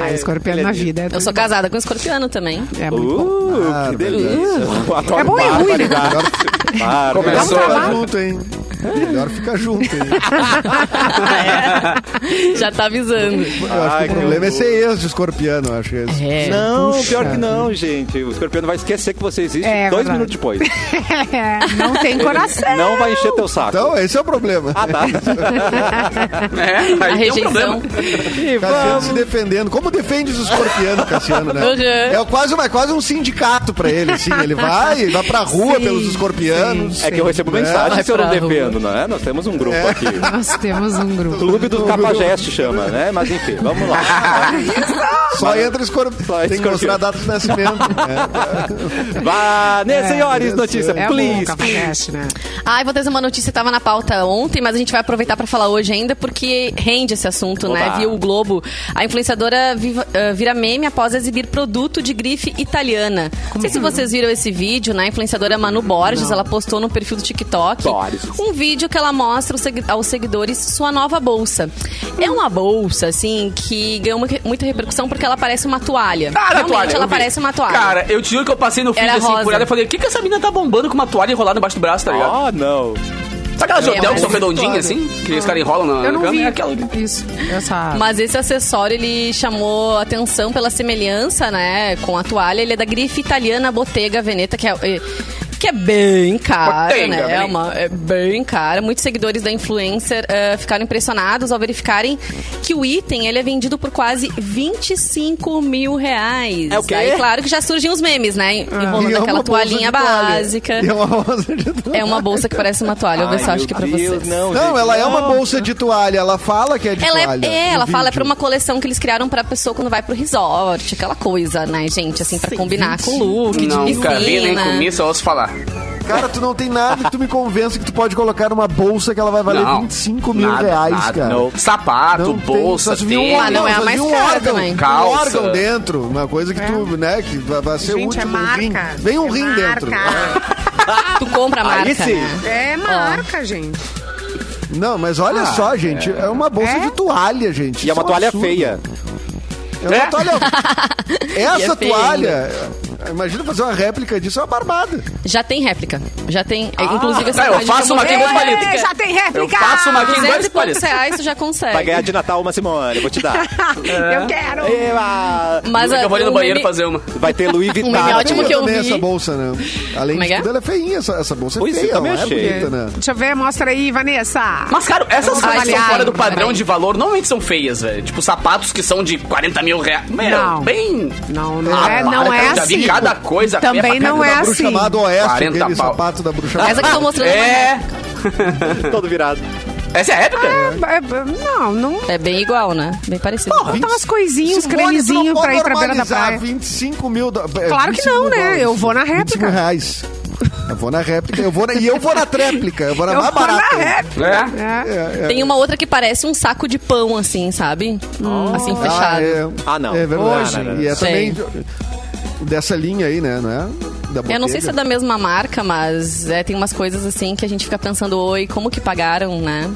S4: Ah,
S1: É,
S4: escorpião na vida. é
S3: Eu sou
S4: tudo-
S3: casada com um escorpiano também.
S4: É muito bom.
S1: Uh,
S5: Ah,
S1: que delícia. Adoro
S4: É bom e ruim, né?
S1: barbaridade.
S5: Melhor
S1: Barbaridade.
S4: Começou.
S5: ficar
S4: trabalho.
S5: junto, hein? Melhor ficar junto, hein?
S2: É.
S3: Já tá avisando.
S5: Eu acho
S1: Ai,
S5: que
S1: que
S5: o problema é
S1: horror.
S5: ser esse de escorpiano, eu acho que é esse.
S3: É.
S1: Não,
S5: Puxa.
S1: pior que não, gente. O escorpiano vai esquecer que você existe
S4: É,
S1: dois
S4: verdade.
S1: minutos depois.
S4: É, não tem coração.
S1: Não vai encher teu saco.
S5: Então, esse é o problema.
S1: Ah, tá.
S2: É,
S3: A
S2: aí tem um
S3: rejeição.
S2: problema.
S1: E
S4: assim.
S5: Cassiano
S1: vamos.
S5: se defendendo. Como defende os escorpianos, Cassiano, né?
S3: Uhum.
S5: É quase, uma, é quase um sindicato pra ele, assim. Ele vai, ele vai pra rua
S4: Sim,
S5: pelos escorpianos.
S1: É que eu recebo
S5: É.
S1: mensagem se eu não
S3: Ai, pra
S1: defendo, não é? Nós temos um grupo aqui.
S4: Nós temos um grupo.
S1: Clube do Capageste chama, né? Mas enfim, vamos lá.
S5: Só entra escorpião.
S1: Só
S5: Tem que
S1: escorpião.
S5: mostrar a data de nascimento.
S1: Vanessa
S5: É, um
S1: Iores,
S5: Vanessa.
S1: notícia,
S4: É bom,
S1: please.
S4: Cafajeste, né?
S3: Ai, Ah, vou trazer uma notícia, tava na pauta ontem, mas a gente vai aproveitar pra falar hoje ainda, porque rende esse assunto, né?
S1: Oba.
S3: Viu o Globo. A influenciadora viva- ah, vira meme após exibir produto de grife italiana. não
S2: Uhum.
S3: sei se vocês viram esse vídeo, né? A influenciadora Manu Borges, ela postou no perfil do TikTok
S1: Borges.
S3: um vídeo que ela mostra aos segui- aos seguidores sua nova bolsa. É uma bolsa, assim, que ganhou mu- muita repercussão porque ela parece uma toalha.
S2: Cara,
S3: Realmente,
S2: Ah, toalha, eu
S3: ela
S2: vi.
S3: parece uma toalha.
S2: Cara, eu te juro que eu passei no feed
S3: Era
S2: assim, por
S3: rosa.
S2: ela e falei, o que que essa mina tá bombando com uma toalha enrolada embaixo do braço, tá ligado?
S1: Oh, não.
S2: Sabe aquelas de
S3: É,
S2: hotel que
S3: mas-
S2: são redondinhas assim? Que os caras enrolam
S5: Ah,
S2: na
S4: Eu não
S2: na
S4: vi
S2: cama? É aquela-
S4: isso. Essa...
S3: Mas esse acessório, ele chamou atenção pela semelhança, né, com a toalha. Ele é da grife italiana Bottega Veneta, que é... é- que é bem cara,
S2: Bottega
S3: né? É,
S2: Veneta.
S3: uma- é bem cara. Muitos seguidores da influencer eh, ficaram impressionados ao verificarem que o item ele é vendido por quase 25 mil reais.
S1: É o quê?
S3: Aí, claro que já surgem os memes, né? Enrolando
S5: E é
S3: aquela
S5: uma bolsa de
S3: toalhinha
S5: toalha.
S3: básica.
S5: E é uma bolsa de toalha.
S3: É uma bolsa que parece uma toalha. Eu vou ver se eu
S1: Ai,
S3: acho
S1: meu
S3: que é pra
S1: Deus,
S3: vocês.
S1: Não,
S5: Não,
S1: gente,
S5: ela é uma
S1: não.
S5: bolsa de toalha. Ela fala que é de
S3: Ela é,
S5: toalha.
S3: é,
S5: no
S3: ela fala, é
S5: vídeo.
S3: pra uma coleção que eles criaram pra pessoa quando vai pro resort, aquela coisa, né, gente? Assim, pra combinar com o look, de
S2: Nunca
S3: piscina.
S2: vi nem comi, só ouço falar.
S5: Cara, tu não tem nada que tu me convença que tu pode colocar numa bolsa que ela vai valer
S2: Não.
S5: 25 mil
S2: Nada,
S5: reais,
S2: nada,
S5: cara.
S2: não. Sapato,
S5: Não tem,
S2: Ah, bolsa,
S5: só se viu um
S2: tênis.
S3: Ah, não, é a
S5: só se
S3: mais
S5: viu um
S3: cara
S5: órgão,
S3: também. É.
S5: Um
S2: Calça.
S5: órgão dentro, uma coisa que tu, né, que vai vai ser
S4: Gente,
S5: útil.
S4: é
S5: um
S4: marca.
S5: rim. Vem um
S4: É
S5: rim
S4: marca.
S5: dentro.
S3: Ah, Tu compra a marca,
S1: Aí sim.
S3: né?
S4: É marca, gente.
S5: Não, mas olha só, gente, é uma bolsa
S4: É?
S5: de toalha, gente.
S1: E é
S5: Isso um
S1: uma toalha
S5: absurdo.
S1: feia.
S5: É uma toalha.
S3: E
S5: Essa
S3: é feia
S5: toalha Imagina fazer uma réplica disso, é uma barbada.
S3: Já tem réplica. Já tem. é, Inclusive, essa É,
S2: tá, eu
S3: página
S2: faço uma aqui
S3: eu
S2: e vou
S3: vou-
S2: fazer.
S4: Ei,
S2: palito.
S4: É, Já tem
S2: Eu
S4: réplica!
S2: faço uma aqui em
S3: 200
S2: dois
S3: tá, e poucos
S2: palhaços.
S3: reais, tu já
S1: Vai
S3: consegue.
S1: ganhar de Natal uma Simone, vou te dar.
S4: Eu quero!
S5: É.
S1: Eba!
S3: Mas
S2: Eu vou ali
S3: o
S2: no banheiro
S3: meme-
S2: fazer uma.
S1: Vai ter Louis Vuitton.
S3: meme É ótimo
S5: Feia
S3: que eu
S5: também
S3: vi.
S5: essa bolsa, né? Além
S3: Como é
S5: de
S3: que é?
S5: tudo, ela é feinha, essa, essa bolsa
S1: Pois
S5: é
S1: eu
S5: feia,
S1: também
S5: ela é
S1: achei.
S5: bonita, né?
S4: Deixa eu ver, mostra aí, Vanessa.
S2: Mas, cara, essas
S4: Vamos
S2: coisas que são
S4: avaliar
S2: fora do
S4: aí,
S2: padrão
S3: peraí.
S2: de valor normalmente são feias, velho. Tipo, sapatos que são de 40 mil reais. Meu,
S4: Não.
S2: bem.
S4: Não, não
S2: Ah,
S4: é,
S2: para,
S4: não
S2: cara,
S4: é
S2: eu já vi
S4: assim.
S2: cada coisa feia
S4: Também
S2: pra
S4: não é
S2: caramba.
S5: da bruxa
S4: assim.
S5: amada oeste,
S2: 40
S5: aquele
S2: pau.
S5: sapato da bruxa
S3: Ah, Essa que eu tô mostrando é,
S2: É.
S1: Todo virado.
S2: Essa é a época?
S4: É, é, Não, não.
S3: é bem igual, né? Bem parecido.
S4: Botar umas coisinhas, uns
S5: Simone, tu não
S4: cremezinhos
S5: pode
S4: pra ir pra beira da
S5: normalizar
S4: praia.
S5: 25 mil do... é,
S4: Claro que não, né? Eu vou na
S5: 25
S4: réplica.
S5: reais. Eu vou na réplica. Eu vou na... E eu vou na tréplica. Eu vou na
S4: Eu
S5: Tá mais
S4: vou na
S5: barata.
S4: réplica.
S2: É.
S4: É.
S3: Tem uma outra que parece um saco de pão, assim, sabe?
S2: Hum.
S3: Assim,
S5: Ah,
S3: fechado.
S5: é.
S1: Ah, não.
S5: É verdade.
S1: Hoje.
S5: E é também
S3: Sim.
S5: dessa linha aí, né? Não é? Da
S3: Eu não sei se é
S5: Bottega.
S3: da mesma marca, mas é, tem umas coisas assim que a gente fica pensando, oi, como que pagaram, né?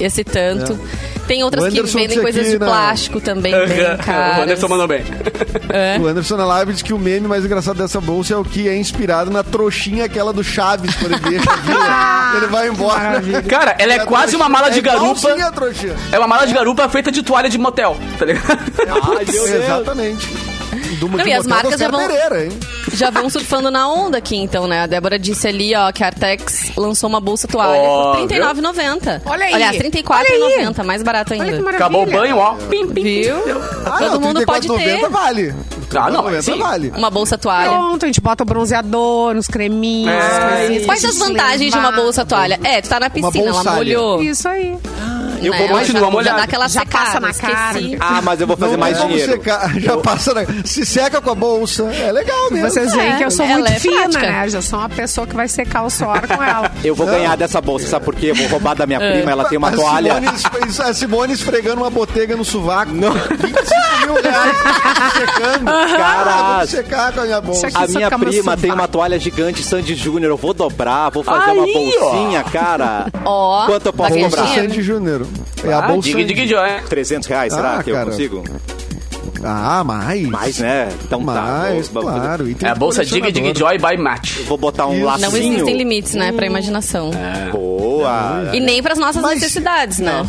S3: Esse tanto. Tem
S5: O
S3: outras que
S5: Anderson
S3: vendem
S5: disse
S3: coisas
S5: aqui
S3: de
S5: na-
S3: plástico também, bem
S2: É, O
S3: caras.
S2: Anderson mandou bem.
S5: O Anderson na live diz que o meme mais engraçado dessa bolsa é o que é inspirado na trouxinha aquela do Chaves, quando ele deixa a vila, ele vai embora.
S2: Cara, ela é quase uma mala de
S5: É igualzinha
S2: garupa.
S5: a trouxinha.
S2: É uma mala de garupa feita de toalha de motel, tá ligado?
S1: Ai, meu Deus.
S5: Exatamente. Do,
S3: Não, e as marcas já vão-
S5: Pereira, hein?
S3: Já vão surfando na onda aqui, então, né? A Débora disse ali, ó, que a Artex lançou uma bolsa toalha
S2: Ó,
S3: por R$39,90.
S4: Olha aí.
S3: Aliás, R$34,90, mais barato
S4: Olha que
S3: ainda.
S4: maravilha.
S2: Acabou o banho, ó. Pim, pim.
S3: Viu?
S5: Ah,
S3: Todo
S5: não,
S3: mundo pode ter
S5: 34,90 vale.
S2: Ah, não,
S5: 34,90
S2: sim.
S5: vale.
S3: uma bolsa toalha.
S4: Pronto, a gente bota o bronzeador, nos creminhos.
S2: É,
S4: as coisinhas
S3: Quais
S4: pra
S3: as
S4: gente
S3: vantagens de uma
S4: levar.
S3: bolsa toalha? É, tu tá na piscina, ela
S5: bolsalha.
S3: molhou.
S4: Isso aí.
S2: Eu
S3: né?
S2: vou
S3: Ela
S2: continuar
S3: já, já
S2: molhado.
S3: dá aquela
S4: Já
S3: secada,
S4: passa na
S3: esqueci.
S4: cara.
S1: Ah, mas eu vou fazer
S5: Não
S1: mais
S5: tem como
S1: dinheiro.
S5: secar, já passa na, se seca com a bolsa, é legal mesmo.
S4: Vocês veem que eu sou
S3: ela
S4: muito
S3: é
S4: fina,
S3: prática.
S4: né? Eu já sou uma pessoa que vai secar o suor com ela.
S1: Eu vou ganhar dessa bolsa, sabe por quê? Eu vou roubar da
S3: É.
S1: minha prima, ela tem uma
S5: a
S1: toalha.
S5: Simone, esfre- a Simone esfregando uma botega no sovaco. Não. 25 mil reais secando. Ah, vou
S1: Cara,
S5: secar com a minha bolsa.
S4: Isso aqui-
S1: a minha
S4: Kama
S1: prima tem
S4: Sutra.
S1: uma toalha gigante Sandy Júnior. Eu vou dobrar, vou fazer uma
S2: Aí,
S1: bolsinha, cara.
S3: Ó,
S1: Quanto
S3: tá
S1: eu posso
S3: ganhando
S5: Bolsa
S1: dobrar?
S3: dinheiro.
S5: Sandy Júnior. É a
S2: Ah,
S5: bolsa.
S2: diga, diga, diga, é.
S1: 300 reais, será
S5: Ah,
S1: que eu
S5: cara.
S1: consigo?
S5: Ah, mais.
S1: Mais, né? Então tá.
S5: Mais,
S1: vou- vou-
S5: claro. E tem
S2: É a bolsa Dig
S5: colecionador.
S2: Dig Joy by Match.
S1: Vou botar um
S5: Isso.
S1: lacinho.
S3: Não existem limites, né, pra imaginação.
S1: Boa.
S3: E nem pras nossas
S5: Mas-
S3: necessidades, né?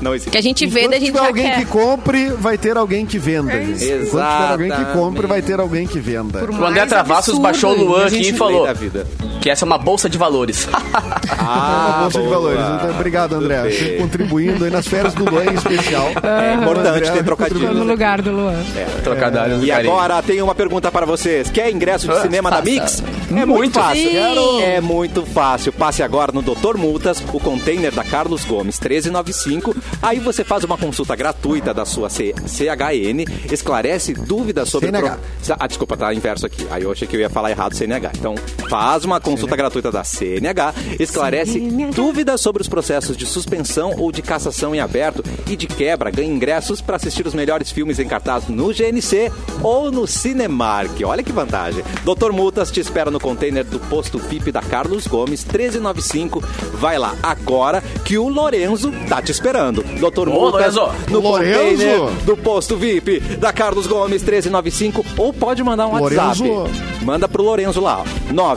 S1: Não
S3: Que
S1: existe.
S3: a gente vê,
S5: Enquanto
S3: da gente
S5: tiver
S3: já
S5: alguém
S3: quer.
S5: que compre, vai ter alguém que venda. gente. Enquanto tiver alguém que compre, vai ter alguém que venda.
S4: Por
S2: O André
S4: mais
S2: Travassos
S4: absurdo,
S2: baixou o Luan
S4: a
S2: aqui e
S4: gente-
S2: falou
S1: da vida.
S2: que essa é uma bolsa de valores.
S1: Ah,
S5: É Uma bolsa de
S1: boa.
S5: valores. Então, obrigado, André.
S1: Tudo
S5: Você
S1: bem.
S5: contribuindo aí nas férias do Luan em especial.
S1: É importante
S5: André
S1: ter trocadilho.
S4: No lugar do Luan.
S2: Trocadilho do
S1: E
S2: carinho. Ah,
S1: agora tem uma pergunta para vocês. Quer ingresso de cinema da
S2: faça.
S1: Mix? É
S2: Muito.
S1: muito fácil.
S3: Sim.
S1: Quero. É muito fácil. Passe agora no Doutor Multas, o container da Carlos Gomes 1395. Aí você faz uma consulta gratuita da sua C- CHN, esclarece dúvidas sobre
S5: CNH.
S1: pro- Sa- Ah, desculpa, tá inverso aqui. Aí eu achei que eu ia falar errado CNH. Então, faz uma consulta gratuita da CNH, esclarece dúvidas sobre os processos de suspensão ou de cassação em aberto e de quebra ganha ingressos para assistir os melhores filmes em cartaz no GNC ou no Cinemark. Olha que vantagem. Doutor Multas te espera no container do posto VIP da Carlos Gomes 1395. Vai lá agora que o Lorenzo tá te esperando. Doutor
S2: Ô,
S1: Multas
S2: Lorenzo!
S1: no
S5: Lorenzo!
S1: container do posto VIP da Carlos Gomes 1395 ou pode mandar um
S5: Lorenzo.
S1: WhatsApp. Manda pro Lorenzo lá, um ó.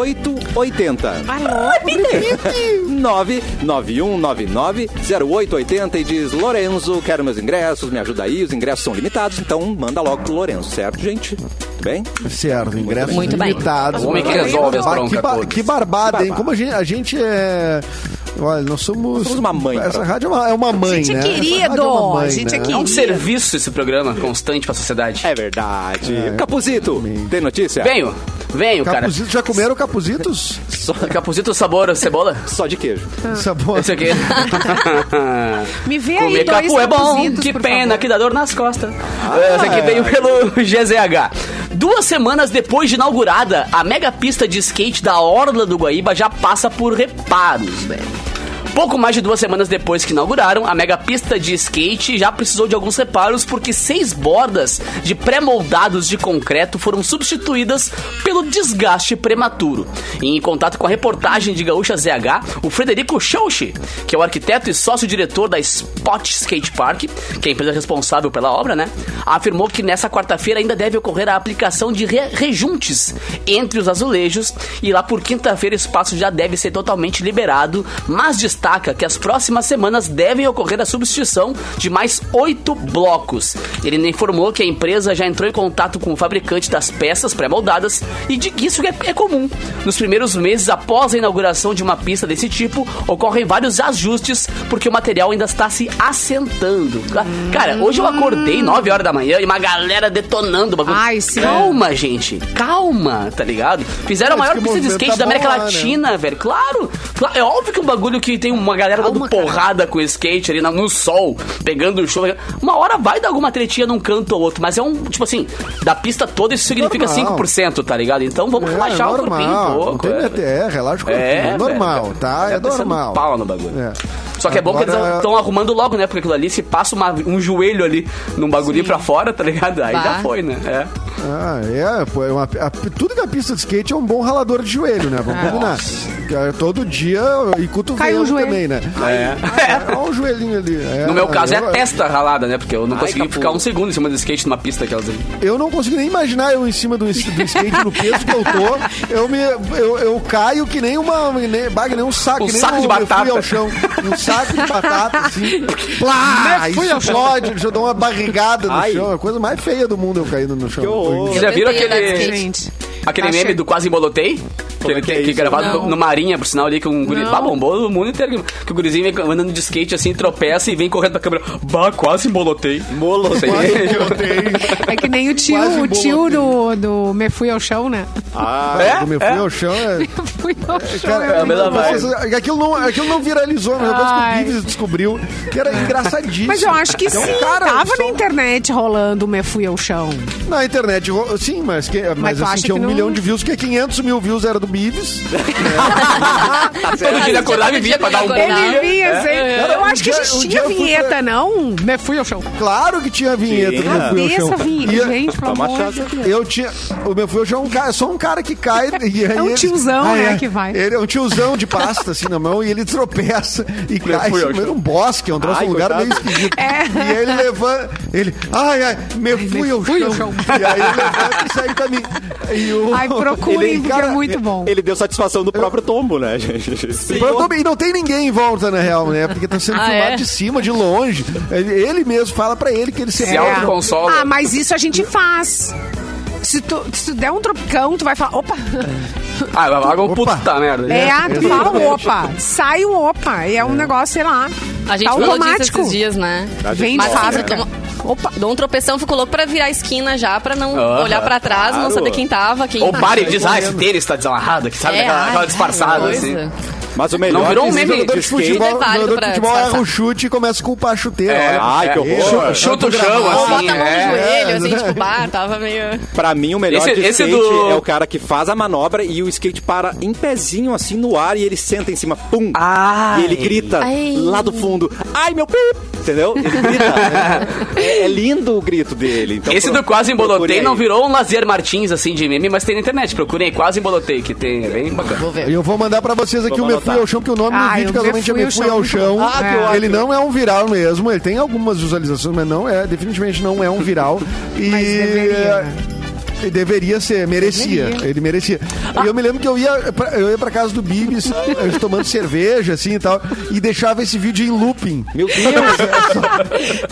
S1: 991990880.
S4: Alô?
S1: Repite. 991990880 e diz Lorenzo, quero meus ingressos, me ajuda aí, os ingressos são limitados, então manda logo pro Lorenzo, certo, gente? Bem?
S5: Certo, ingressos
S3: Muito bem.
S5: limitados.
S2: O homem que resolve as
S5: Bah,
S2: broncas
S5: que, ba-
S2: todas.
S5: que barbada, hein? Como a gente, a gente é... Olha, nós somos...
S1: Somos uma mãe,
S5: Essa
S1: cara.
S5: rádio é uma, é uma mãe,
S4: Gente é
S5: né? Essa
S4: querido,
S5: rádio é uma mãe,
S4: gente
S2: É
S4: é
S5: né?
S2: um
S4: querido.
S2: serviço esse programa constante pra sociedade.
S1: É verdade. Capuzito, tem notícia?
S2: Venho, venho, cara.
S5: Capuzitos, já comeram capuzitos?
S1: Só,
S2: Capuzito sabor cebola?
S1: só de queijo.
S5: Sabor.
S2: Esse aqui.
S4: Me vê aí
S2: Comer
S4: dois
S2: capu é bom,
S4: capuzitos,
S2: que
S4: por
S2: pena,
S4: favor.
S2: que dá dor nas costas. É, Essa aqui veio pelo GZH. Duas semanas depois de inaugurada, a mega pista de skate da Orla do Guaíba já passa por reparos, velho. Pouco mais de duas semanas depois que inauguraram, a mega pista de skate já precisou de alguns reparos porque seis bordas de pré-moldados de concreto foram substituídas pelo desgaste prematuro. E em contato com a reportagem de Gaúcha ZH, o Frederico Schauchi, que é o arquiteto e sócio-diretor da Spot Skate Park, que é a empresa responsável pela obra, né, afirmou que nessa quarta-feira ainda deve ocorrer a aplicação de re- rejuntes entre os azulejos e lá por quinta-feira o espaço já deve ser totalmente liberado, mas destaca que as próximas semanas devem ocorrer a substituição de mais oito blocos. Ele ainda informou que a empresa já entrou em contato com o fabricante das peças pré-moldadas e de que isso é, é comum. Nos primeiros meses após a inauguração de uma pista desse tipo, ocorrem vários ajustes porque o material ainda está se assentando. Ca- Cara, hoje eu
S5: Hum.
S2: acordei 9 horas da manhã e uma galera detonando o bagulho.
S4: Ai, sim.
S2: Calma, gente. Calma, tá ligado? Fizeram a
S5: Mas
S2: maior
S5: que o
S2: pista de
S5: movimento
S2: skate
S5: tá
S2: da América
S5: bom lá, né?
S2: Latina, velho. Claro, Cla- É óbvio que um bagulho que tem uma galera dando porrada com o skate ali na- no sol, pegando o show. Uma hora vai dar alguma tretinha num canto ou outro, mas é um, tipo assim, da pista toda isso significa
S5: Normal. É,
S2: 5%, tá ligado? Então vamos relaxar o corpinho um
S5: normal. Não
S2: pouco.
S5: tem
S2: é,
S5: meter, é, relaxa o corpinho.
S2: É,
S5: É, normal,
S2: velho.
S5: tá?
S2: Mas
S5: É
S2: tá pensando
S5: normal.
S2: pau no bagulho. Só que é bom que eles
S5: Agora-
S2: estão arrumando logo, né? Porque aquilo ali, se passa uma- um joelho ali num bagulhinho pra fora, tá ligado? Aí já
S3: Bah.
S2: foi, né? É.
S5: Ah, é, pô, é uma- a- tudo da pista de skate é um bom ralador de joelho, né?
S2: Ah.
S5: Vamos combinar. É, todo dia e
S4: Cai
S5: cotovelo
S4: um joelho.
S5: também, né? É. Olha o joelhinho ali. É,
S2: No meu caso, é
S5: eu-
S2: a testa ralada, né? Porque eu não consegui
S1: capô.
S2: ficar um segundo em cima do skate numa pista aquelas ali.
S5: Eu não consigo nem imaginar eu em cima do, es- do skate no peso que eu tô. Eu, me, eu, eu caio que nem uma. Nem, bah, que nem um saco.
S2: Um
S5: que nem
S2: saco
S5: um-
S2: de
S5: Eu fui
S2: batata.
S5: ao chão. Um saco de batata, assim. Plá!
S4: Né, fui
S5: isso
S4: ao chão.
S5: explode, já dou uma barrigada no
S1: Ai.
S5: chão. É a coisa mais feia do mundo eu caindo no chão.
S1: Que horror.
S2: Vocês já viram
S3: tentei andar de
S2: aquele-
S3: skate.
S4: Gente.
S2: Aquele
S4: Tá
S2: meme
S4: cheio.
S2: do quase embolotei? Que, ele
S1: é que
S2: tem,
S1: é
S2: que
S1: isso?
S2: gravado
S3: Não.
S2: no, no Marinha, por sinal, ali, que um guri...
S3: Não.
S2: Bah, bombou o mundo inteiro. Que o gurizinho vem andando de skate, assim, tropeça e vem correndo pra câmera. Bah, quase embolotei. Molotei.
S4: É que nem o
S5: Quase
S4: tio, o tio do, do Me Fui ao Chão, né?
S5: Ah,
S2: É?
S5: eu me fui
S2: É?
S5: ao chão. É,
S4: Me Fui ao Chão. é
S5: Cara,
S4: eu
S2: a mesma
S5: eu-
S2: vibe.
S5: vocês- é aquilo, não, aquilo não viralizou, mas depois que o
S4: Ai.
S5: Bives descobriu que era engraçadíssimo.
S4: Mas eu acho que
S5: É um
S4: sim,
S5: cara,
S4: tava
S5: só-
S4: na internet rolando o Me Fui ao Chão.
S5: Na internet, ro- sim, mas, que, mas,
S4: Mas tu
S5: assim,
S4: acha
S5: tinha um
S4: que não-
S5: milhão de views, que 500 mil views era do Bives.
S2: Todo dia ele acordava e vinha pra dar
S3: Ele
S2: um bom
S4: Ele
S2: dia.
S4: vinha, assim.
S5: Cara,
S4: Eu
S5: um
S4: acho que a
S5: dia-
S4: gente
S5: um dia
S4: tinha
S5: eu fui
S4: vinheta,
S5: pra-
S4: não? Me Fui ao Chão.
S5: Claro que tinha vinheta do
S1: Tinha.
S5: Meu Fui ao
S4: Cabeça
S5: Chão.
S4: vinheta,
S5: E-
S4: gente, pelo
S1: Toma
S4: amor de
S1: chance.
S4: Deus.
S5: Eu tinha. O meu foi um cara, só um cara que cai. E aí
S4: É um
S5: ele-
S4: tiozão,
S5: Ah,
S4: né,
S5: é.
S4: que vai.
S5: Ele é um tiozão de pasta, assim, na mão, e ele tropeça e
S1: Meu
S5: cai.
S1: fui eu,
S5: Era um bosque, é um troço,
S1: Ai,
S5: um lugar
S1: coitado.
S5: meio esquisito.
S4: É.
S5: E ele levanta. Ele. Ai, ai, me fui ao
S4: fui
S5: chão.
S4: ao chão.
S5: E aí ele levanta e sai caminho. E o,
S4: Ai, procurem,
S5: ele-
S4: porque é muito bom.
S1: Ele deu satisfação do próprio tombo, né, gente?
S5: Mas
S2: um
S5: eu também- E não tem ninguém em volta, na real, né? Porque tá sendo
S3: Ah,
S5: filmado
S3: é?
S5: de cima, de longe. Ele, ele mesmo fala pra ele que ele se é
S2: Se
S5: mata.
S2: autoconsola.
S4: Ah, mas isso a gente faz. Se tu, se tu der um tropicão, tu vai falar, opa.
S2: Ah, agora um
S5: Opa.
S2: puta merda.
S4: É, tu fala um
S5: exatamente.
S4: opa. Sai um opa. E é um negócio, sei lá.
S3: A gente
S4: tá
S3: falou disso
S4: automático.
S3: esses dias, né?
S4: Vem de
S3: Mas assim,
S4: fábrica.
S3: eu tomo- Opa, dou um tropeção, fico louco pra virar a esquina já, pra não
S2: Aham,
S3: olhar pra trás, não
S1: claro.
S3: saber quem tava, quem...
S2: Ou para e diz, ah, esse tênis tá desamarrado, que sabe,
S3: É,
S2: aquela, aquela
S3: ai,
S2: disfarçada,
S3: coisa.
S2: assim.
S1: Mas o melhor
S2: Não virou um
S1: é que
S2: meme
S1: jogador de skate-
S3: futebol. válido
S5: jogador de
S3: pra
S5: futebol erra
S3: disfarçar.
S5: o chute e começa a culpar a chuteira.
S2: É,
S5: Olha,
S1: Ai, que
S2: é.
S1: horror.
S2: Chuta- Chuta o chão,
S3: Ou
S2: assim,
S3: bota a mão no
S2: é.
S3: joelho, assim,
S5: É,
S3: tipo, bah, tava meio...
S1: Pra mim, o melhor
S2: Esse-
S1: de
S2: esse
S1: skate
S2: do-
S1: é o cara que faz a manobra e o skate para em pezinho, assim, no ar, e ele senta em cima, pum!
S2: Ai.
S1: E ele grita
S3: Ai.
S1: lá do fundo, ai, meu pi! Entendeu? Ele grita. é, é lindo o grito dele. Então,
S2: Esse
S1: pro-
S2: do quase
S1: procure
S2: embolotei
S1: aí.
S2: não virou um Lazier Martins, assim, de meme, mas tem na internet. Procurem aí, quase embolotei, que tem, é bem bacana.
S3: Vou ver.
S5: E eu vou mandar pra vocês aqui
S1: Vamos
S5: o Me Fui
S1: anotar.
S5: ao Chão, que o nome do
S4: Ai,
S5: vídeo
S4: o
S5: casualmente é Me Fui ao
S4: muito
S5: Chão.
S4: bom. Ah, que
S5: É.
S4: ótimo.
S5: Ele não é um viral mesmo, ele tem algumas visualizações, mas não é, definitivamente não é um viral. E...
S4: Mas deveria, né?
S5: e deveria ser, merecia. Ele merecia. E eu me lembro que eu ia pra, eu ia pra casa do Bibis, a gente tomando cerveja, assim e tal, e deixava esse vídeo em looping.
S1: Meu Deus!
S5: E,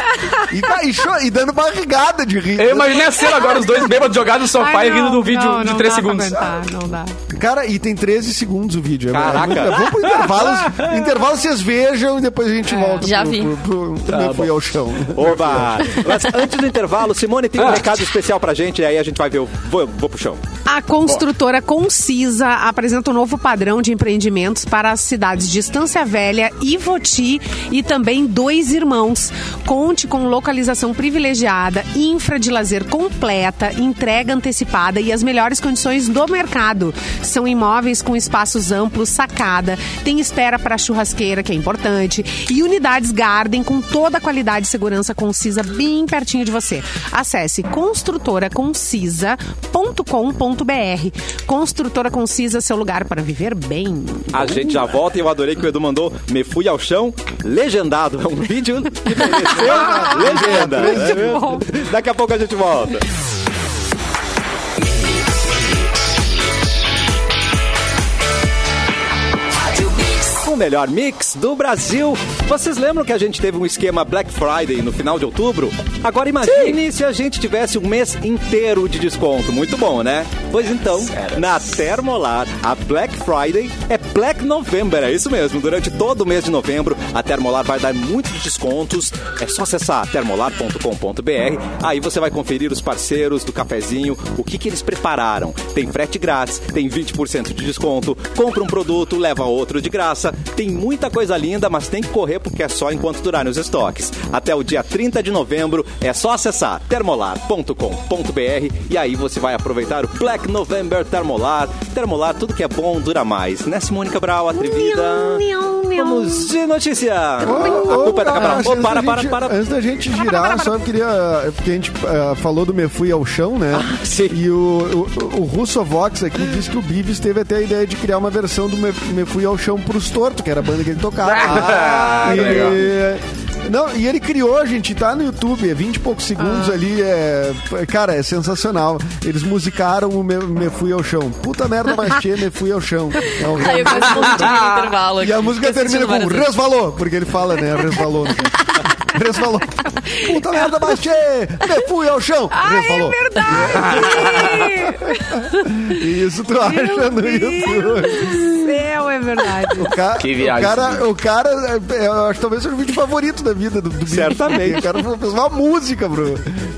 S5: tá- e cho- e dando barrigada de rir.
S2: Eu imaginei a cena agora, os dois bêbados jogados no sofá
S1: é
S4: Ai,
S2: e rindo
S4: não,
S2: do vídeo
S4: não,
S2: de
S4: não
S2: 3
S4: dá pra
S2: segundos.
S4: aguentar, não dá.
S5: Cara, e tem 13 segundos o vídeo. É
S1: Caraca.
S5: muito- Vamos pro intervalo. intervalo vocês vejam e depois a gente volta.
S3: É, já
S5: pro,
S3: vi.
S5: Pro, pro, pro- meu fui ao chão.
S2: Ah.
S1: Oba! Mas antes do intervalo, Simone tem um recado especial pra gente, e aí a gente vai ver eu vou, vou pro chão.
S4: A construtora Concisa apresenta um novo padrão de empreendimentos para as cidades de Estância Velha, Ivoti e também Dois Irmãos. Conte com localização privilegiada, infra de lazer completa, entrega antecipada e as melhores condições do mercado. São imóveis com espaços amplos, sacada, tem espera para churrasqueira, que é importante, e unidades garden com toda a qualidade e segurança concisa bem pertinho de você. Acesse construtoraconcisa.com.br. Construtora Concisa, seu lugar para viver bem.
S1: A gente já volta e eu adorei que o Edu mandou Me Fui ao Chão, legendado. É um vídeo que mereceu uma legenda. né? Daqui a pouco a gente volta. O melhor mix do Brasil. Vocês lembram que a gente teve um esquema Black Friday no final de outubro? Agora imagine se a gente tivesse um mês inteiro de desconto. Muito bom, né? Pois então, na Termolar, a Black Friday é Black November. É isso mesmo. Durante todo o mês de novembro, a Termolar vai dar muitos descontos. É só acessar termolar.com.br. Aí você vai conferir os parceiros do cafezinho, o que, que eles prepararam. Tem frete grátis, tem 20% de desconto. Compra um produto, leva outro de graça. Tem muita coisa linda, mas tem que correr porque é só enquanto durarem os estoques. Até o dia 30 de novembro é só acessar termolar.com.br e aí você vai aproveitar o Black November Termolar. Termolar, tudo que é bom dura mais. Né, Simônica Brau, atrevida? Vamos de notícia! a culpa é da Cabral. Ô, para, para, para.
S5: Antes da gente girar, só eu queria. é Porque a gente ah, falou do Me Fui ao Chão, né?
S1: Ah, sim.
S5: E o, o, o Russo Vox aqui disse que o Bibis teve até a ideia de criar uma versão do Me, Me Fui ao Chão pros Torto, que era a banda que ele tocava.
S1: Ah, que legal.
S5: E... Não, e ele criou, gente, tá no YouTube, é 20 e poucos
S1: Ah.
S5: segundos ali, é... Cara, é sensacional. Eles musicaram o Me, Me Fui ao Chão. Puta merda, mas tchê, Me Fui ao Chão. É um
S3: Aí eu gosto muito de ver no intervalo
S5: e a
S3: aqui.
S5: música
S3: Eu assisti
S5: termina com
S3: várias vezes.
S5: resvalou, porque ele fala, né? Resvalou. no caso. resvalou. Puta merda, baixei! Me fui ao chão! resvalou.
S4: verdade!
S5: E Isso tu acha no YouTube.
S4: Céu, é verdade.
S5: O cara,
S2: Que viagem,
S5: O cara, o cara é, eu acho que talvez seja o vídeo favorito da vida do, do Bibi.
S1: Certamente.
S5: O cara fez uma música, bro.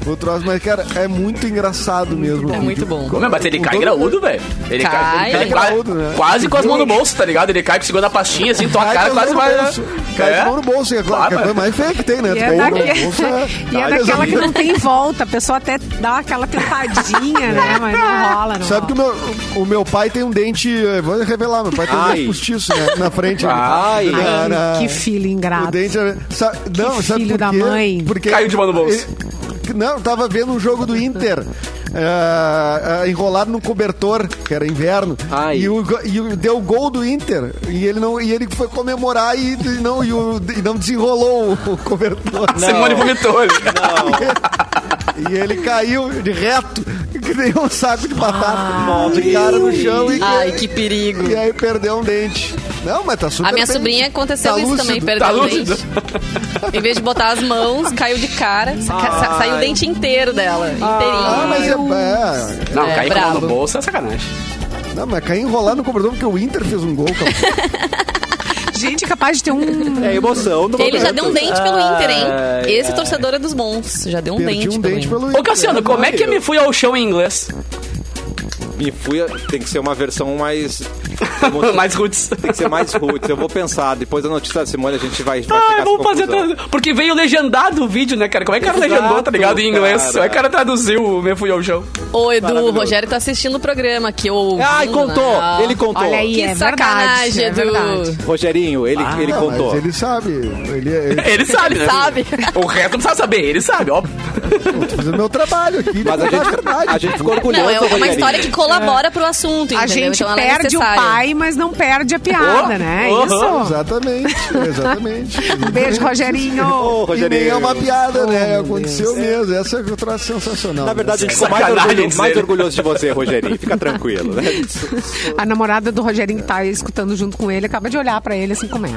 S5: O troço, mas, cara, é muito engraçado mesmo.
S3: É muito bom.
S2: Como é, mas ele cai graúdo, velho. Ele cai,
S3: Cai.
S2: ele cai
S5: Cai graúdo, né?
S2: quase com as mãos no bolso, tá ligado? Ele cai segurando a pastinha, assim, tua
S5: Cai
S2: cara
S5: com a
S2: quase
S5: mão
S2: vai...
S5: no bolso. Cai
S2: É.
S5: com a mão no bolso, é claro.
S2: Claro,
S5: que é
S2: mas-
S5: a coisa mais feia que tem, né?
S4: E
S5: Tu
S4: é,
S5: cai com a mão no
S4: daque-
S5: bolso,
S4: e é
S5: Ai, Deus
S4: daquela que
S5: amigo.
S4: não tem volta. A pessoa até dá aquela tentadinha, né? Mas não rola, não
S5: Sabe que o meu, o meu pai tem um dente. eu Vou revelar, meu pai tem um
S1: Ai.
S5: dente postiço né, na frente. ali.
S1: Ai.
S5: Na- na-
S4: que filho ingrato.
S5: O dente. é- sa- não, sabe
S4: filho
S5: por
S4: da
S5: quê?
S4: mãe.
S5: Porque
S2: Caiu de mão no bolso.
S5: ele- não, eu tava vendo um jogo do Inter. ah, ah, enrolado num cobertor, que era inverno.
S1: Ai.
S5: E, o, go- e o- deu o gol do Inter. E ele, não, e ele foi comemorar e, e não, e, o- e não desenrolou o, o cobertor.
S2: Simone
S5: É
S2: vomitou ele.
S5: E ele caiu de reto, que nem um saco de batata,
S1: meu
S5: de cara no chão e,
S3: Ai, que perigo.
S5: e aí perdeu um dente. Não, mas tá super
S3: A minha
S5: bem.
S3: sobrinha aconteceu
S5: Tá
S3: isso
S5: lúcido.
S3: também,
S2: Tá
S3: perdeu o
S2: lúcido?
S3: dente. Em vez de botar as mãos, caiu de cara, sa- sa- saiu o dente inteiro dela,
S5: Ah,
S3: inteirinho.
S5: mas é,
S2: Não,
S3: É,
S2: cair com a mão no
S3: brabo.
S2: bolso é sacanagem.
S5: é. Não, mas caiu enrolar no cobertor porque o Inter fez um gol, cara.
S4: Gente, é capaz de ter um.
S1: É emoção do
S3: Ele já
S1: momento.
S3: deu um dente pelo Inter, hein?
S2: Ai,
S3: Esse torcedor é dos bons, já deu um
S5: Perdi
S3: dente
S5: um
S3: pelo
S5: dente
S3: Inter.
S5: pelo Inter.
S2: Ô, Cassiano, como é que me fui ao chão em inglês?
S1: Me fui, tem que ser uma versão mais.
S2: Mais roots.
S1: Tem que ser mais roots. Eu vou pensar. Depois da notícia da Simone, a gente vai. vai chegar
S2: Ah,
S1: a
S2: vamos
S1: essa
S2: fazer.
S1: conclusão.
S2: tra- Porque veio legendado o vídeo, né, cara? Como é que o cara
S1: Exato,
S2: legendou, tá ligado? Em inglês.
S1: cara.
S2: Como é que o cara traduziu o Me Fui ao Chão?
S3: Ô, Edu, o
S1: Maravilhoso.
S3: Rogério tá assistindo o programa que eu.
S1: Ai, contou! Ele contou.
S4: Olha aí,
S3: Que
S4: é
S3: sacanagem,
S4: verdade, é verdade.
S3: Edu.
S1: Rogerinho, ele, Ah, ele
S5: Não, Ah, mas
S1: contou.
S5: ele sabe. Ele, é, ele
S2: Ele sabe, né?
S3: Sabe?
S2: O resto não precisa saber, ele sabe, ó.
S5: tá fazendo meu trabalho aqui.
S1: Mas a
S5: de
S1: gente,
S5: verdade.
S1: a gente ficou orgulhoso.
S3: Não, é uma
S1: Rogerinho.
S3: história que colabora pro assunto, entendeu?
S4: A gente
S3: então ela é
S4: perde o
S3: necessária.
S4: pai, mas não perde a piada,
S2: Oh,
S4: né?
S2: oh,
S4: Isso.
S5: Exatamente, exatamente.
S4: Um beijo, Rogerinho.
S1: Ô,
S5: E
S1: Rogerinho.
S5: nem é uma piada, né?
S3: Oh,
S5: Aconteceu mesmo. Essa é o troço sensacional.
S1: Na verdade, a gente ficou mais,
S2: Sacanagem
S1: orgulho-
S2: dizer.
S1: mais orgulhoso de você, Rogerinho. Fica tranquilo, né?
S4: A namorada do Rogerinho que tá escutando junto com ele, acaba de olhar pra ele assim como é.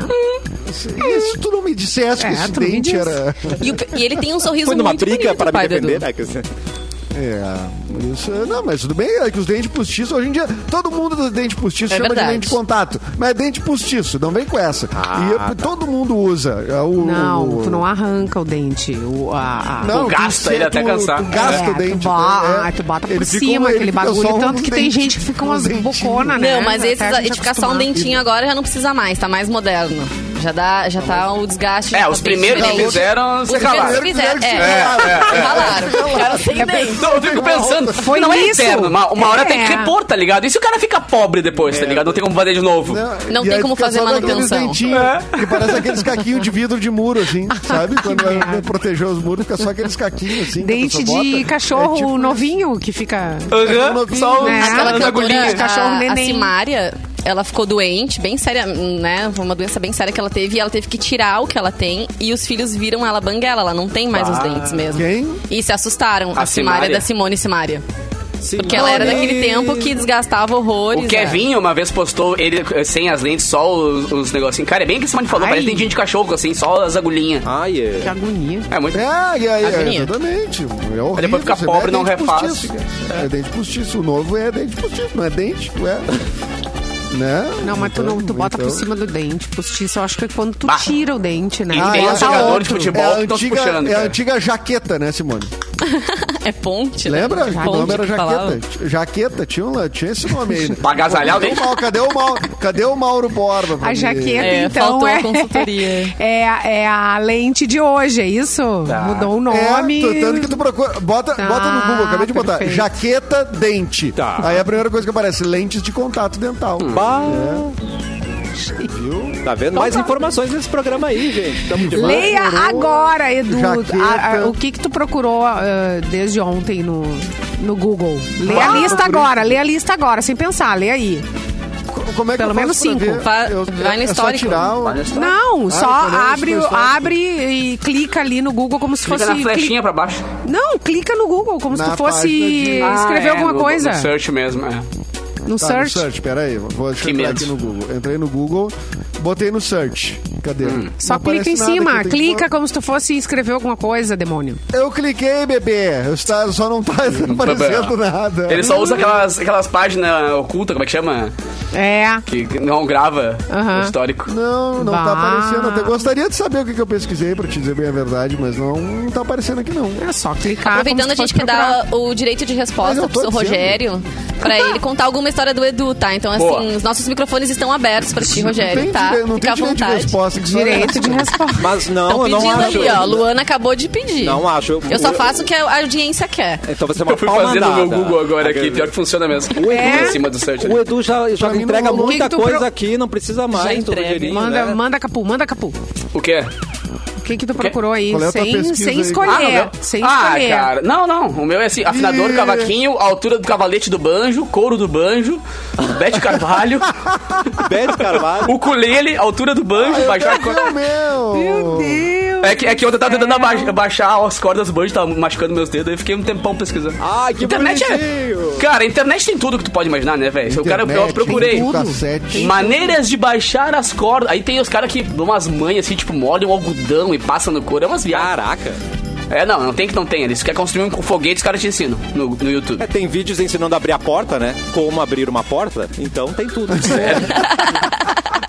S5: Isso, isso tu não me dissesse que
S4: É,
S5: esse
S4: tu não me
S5: dente
S4: disse.
S5: era.
S3: E, o- e ele tem um sorriso
S1: Foi numa
S3: muito
S1: briga
S3: bonito,
S1: para me
S3: pai do Edu.
S1: defender, né? Que-
S5: É, isso, não, mas tudo bem, é que os dentes postiços, hoje em dia, todo mundo dos dentes postiços
S3: É
S5: chama
S3: verdade.
S5: de dente de contato, mas é dente postiço, não vem com essa. e
S2: Ah,
S5: eu-
S2: tá.
S5: todo mundo usa. é, O,
S4: Não,
S5: o-
S4: tu não arranca o dente. O, a, a-
S5: Não,
S2: Tu gasta
S5: tu-
S2: ele até
S5: tu-
S2: cansar.
S5: Tu gasta
S4: É,
S5: o dente.
S4: Tu bota,
S5: né? É.
S4: tu bota por
S5: Ele fica
S4: cima
S5: um- ele
S4: aquele
S5: fica
S4: bagulho.
S5: só um
S4: tanto que tem
S5: dentinho,
S4: gente que fica umas
S5: um dentinho.
S4: boconas, né?
S3: Não, mas
S4: Até
S3: esses,
S4: a gente
S3: de ficar só um
S4: acostumar.
S3: dentinho agora já não precisa mais, tá mais moderno. Já, dá, já tá o desgaste. já
S2: É,
S3: tá
S2: os
S3: bem
S2: primeiros que
S3: diferente.
S2: fizeram,
S3: Os
S2: você calaram.
S3: primeiros que fizeram,
S5: Primeiro que
S3: é,
S5: fizeram.
S3: ralaram. Ficaram sem
S4: É,
S3: dente.
S2: Não, eu fico pensando,
S4: Foi
S2: não é
S4: nisso?
S2: eterno, uma, uma hora tem que
S4: É.
S2: repor, tá ligado? E se o cara fica pobre depois, tá ligado? Não tem como fazer de novo.
S3: Não
S5: e
S3: tem
S5: aí
S3: como
S5: fica
S3: fazer
S5: só daqueles
S3: manutenção.
S5: dentinhos
S2: É.
S5: Que parece aqueles caquinhos de vidro de muro, assim, sabe? Quando é, protegeu os muros, fica só aqueles caquinhos, assim. que a
S4: Dente
S5: pessoa
S4: de
S5: bota.
S4: cachorro
S5: É tipo-
S4: novinho que fica.
S2: Aham, só
S3: Aquela
S2: as
S4: né? Aquela As
S3: cantora,
S4: agulhinhas
S3: a,
S4: de cachorro
S3: a
S4: neném.
S3: Simária, ela ficou doente, bem séria, né? Foi uma doença bem séria que ela teve e ela teve que tirar o que ela tem e os filhos viram ela banguela, ela não tem mais os dentes mesmo.
S5: Quem?
S3: E se assustaram, a,
S2: A
S3: Simária
S2: Simária?
S3: da Simone Simária. Porque ela era daquele tempo que desgastava horrores.
S4: é.
S2: O
S3: né?
S2: Kevin uma vez postou ele eh, sem as lentes, só os, os negocinhos. Cara, é bem que esse mano falou,
S4: Ai.
S2: parece dentinho de cachorro, assim, só as agulhinhas.
S1: Ai,
S4: Que
S1: é.
S4: agonia.
S2: É muito.
S5: É, e aí, é,
S3: Agonia.
S5: exatamente. É horrível.
S2: depois fica
S5: você
S2: pobre,
S5: vê, é
S2: não
S5: dente
S2: refaz.
S5: postiço. É. dente postiço. O novo é dente postiço, não é dente, ué. né?
S4: Não, mas tu, não, tu bota
S5: então-
S4: por cima do dente. Postiço, eu acho que é quando tu
S2: Bah.
S4: tira o dente, né?
S2: E tem
S5: é
S2: os jogadores de
S5: outro.
S2: futebol
S5: é a
S2: que estão se
S5: antiga-
S2: puxando,
S5: É a
S2: cara.
S5: antiga jaqueta, né, Simone?
S3: É ponte. né?
S5: Lembra?
S3: Ponte
S5: o nome era
S3: que falava.
S5: jaqueta. Jaqueta, tinha, um, tinha esse nome aí. Né?
S2: Pra agasalhar o
S5: Cadê
S2: dente?
S5: Mauro- Cadê o Mauro, cadê o Mauro Borba? pra
S4: A
S5: me-
S4: jaqueta,
S3: É,
S4: então,
S3: faltou a
S4: é,
S3: consultoria.
S4: é, a- é a lente de hoje, é isso? Mudou o nome.
S5: Tá. É, tu- tanto que tu procura. Bota,
S4: Tá,
S5: bota no Google, acabei de botar.
S4: perfeito.
S5: Jaqueta dente.
S1: Tá.
S5: Aí é a primeira coisa que aparece, lentes de contato dental.
S2: Hum.
S1: Ah. Tá vendo? Mais
S3: Então
S1: informações nesse programa aí, gente. Tamo demais.
S4: Leia agora, Edu,
S5: Jaqueta.
S4: a- a- o que que tu procurou ah, desde ontem no, no Google. Lê a
S5: Ah,
S4: lista
S5: procurei.
S4: agora, lê a lista agora, sem pensar, lê aí.
S5: Co- Como é que
S4: Pelo
S5: eu faço
S4: menos
S5: pra
S4: cinco.
S5: ver?
S3: Fa-
S5: Eu-
S3: vai no
S5: é só
S3: histórico.
S5: tirar o-
S2: né?
S4: Não, só
S5: eu falei,
S4: abre,
S5: isso foi só-
S4: abre e clica ali no Google como se
S2: Fica
S4: fosse...
S2: na flechinha pra baixo.
S4: cli- Não, clica no Google como se
S5: Na
S4: tu fosse
S5: página de-
S2: Ah,
S4: escrever
S2: é,
S4: alguma
S2: no-
S4: coisa.
S2: No search mesmo, é.
S4: No
S5: Tá,
S4: search.
S5: no search, peraí. Vou deixa eu
S2: Que
S5: entrar
S2: medo.
S5: aqui no Google. Entrei no Google, botei no search. Cadê?
S2: Hum.
S4: Só
S5: Não
S4: clica
S5: aparece
S4: em
S5: nada aqui, eu
S4: cima,
S5: tenho que
S4: clica
S5: bo-
S4: como se tu fosse escrever alguma coisa, demônio.
S5: Eu cliquei, bebê. Eu está- só não tá aparecendo nada.
S2: Ele só usa aquelas, aquelas páginas ocultas, como é que chama?
S4: É.
S2: Que que não grava
S4: Aham.
S2: o histórico.
S5: Não, não
S4: Bah.
S5: tá aparecendo. Até gostaria de saber o que, que eu pesquisei, pra te dizer bem a verdade, mas não, não tá aparecendo aqui, não.
S4: É só clicar.
S3: Aproveitando, a
S4: como se
S3: gente
S4: fosse
S3: quer
S4: procurar.
S3: dar o direito de
S5: Mas
S3: resposta
S5: eu
S3: pro
S5: tô
S3: seu
S5: dizendo.
S3: Rogério, pra ele contar alguma história do Edu, tá? Então, assim,
S2: Boa.
S3: os nossos microfones estão abertos pra ti,
S4: É,
S5: não tem,
S3: Rogério, tá?
S5: dire- não
S3: Fica
S5: tem
S3: à
S5: direito de
S3: vontade.
S5: resposta. que só é
S4: Direito de resposta.
S1: Mas
S3: Estão
S1: não, eu
S3: pedindo
S1: não acho.
S3: ali, ó. Luana acabou de pedir.
S1: Não acho.
S3: Eu só faço o que a audiência quer.
S1: Então você é uma
S2: Eu fui fazendo o meu
S1: palmadada.
S2: Google agora aqui, pior que funciona mesmo.
S4: É?
S2: Em cima do search.
S1: O Edu já, já
S5: Pra mim não
S1: entrega
S5: rolou.
S1: muita
S4: O que que tu
S1: coisa
S4: pro-
S1: aqui, não precisa mais. tudo
S3: entrega.
S1: direitinho,
S4: Manda,
S1: né?
S4: manda capu, manda capu.
S2: O quê?
S4: O que que tu procurou aí?
S5: Qual é a tua
S4: sem,
S5: pesquisa
S4: sem
S5: aí?
S2: Ah, não,
S4: escolher.
S2: meu-
S4: sem
S2: ah,
S4: escolher.
S2: cara. Não, não. O meu é assim: afinador,
S5: Ih.
S2: cavaquinho, altura do cavalete do banjo, couro do banjo, Bete Carvalho,
S1: Bete Carvalho.
S2: ukulele, altura do banjo, baixar.
S5: Cadê o meu?
S4: Meu Deus.
S2: É que, é que ontem eu tava tentando aba- baixar as cordas do banjo, tava machucando meus dedos, aí fiquei um tempão pesquisando.
S1: Ai, Ah, que
S2: Internet é.
S1: bonitinho.
S2: Cara, a internet tem tudo que tu pode imaginar, né, velho? Eu, cara, eu
S5: Internet,
S2: procurei.
S5: tem Cassete.
S2: Maneiras de baixar as cordas. Aí tem os caras que dão umas manhas assim, tipo, molham o algodão e passam no couro. É umas viagens.
S1: Caraca.
S2: É, não, não tem que não tenha. Eles querem construir um foguete, os caras te ensinam no, no YouTube.
S1: É, tem vídeos ensinando a abrir a porta, né? Como abrir uma porta. Então tem tudo.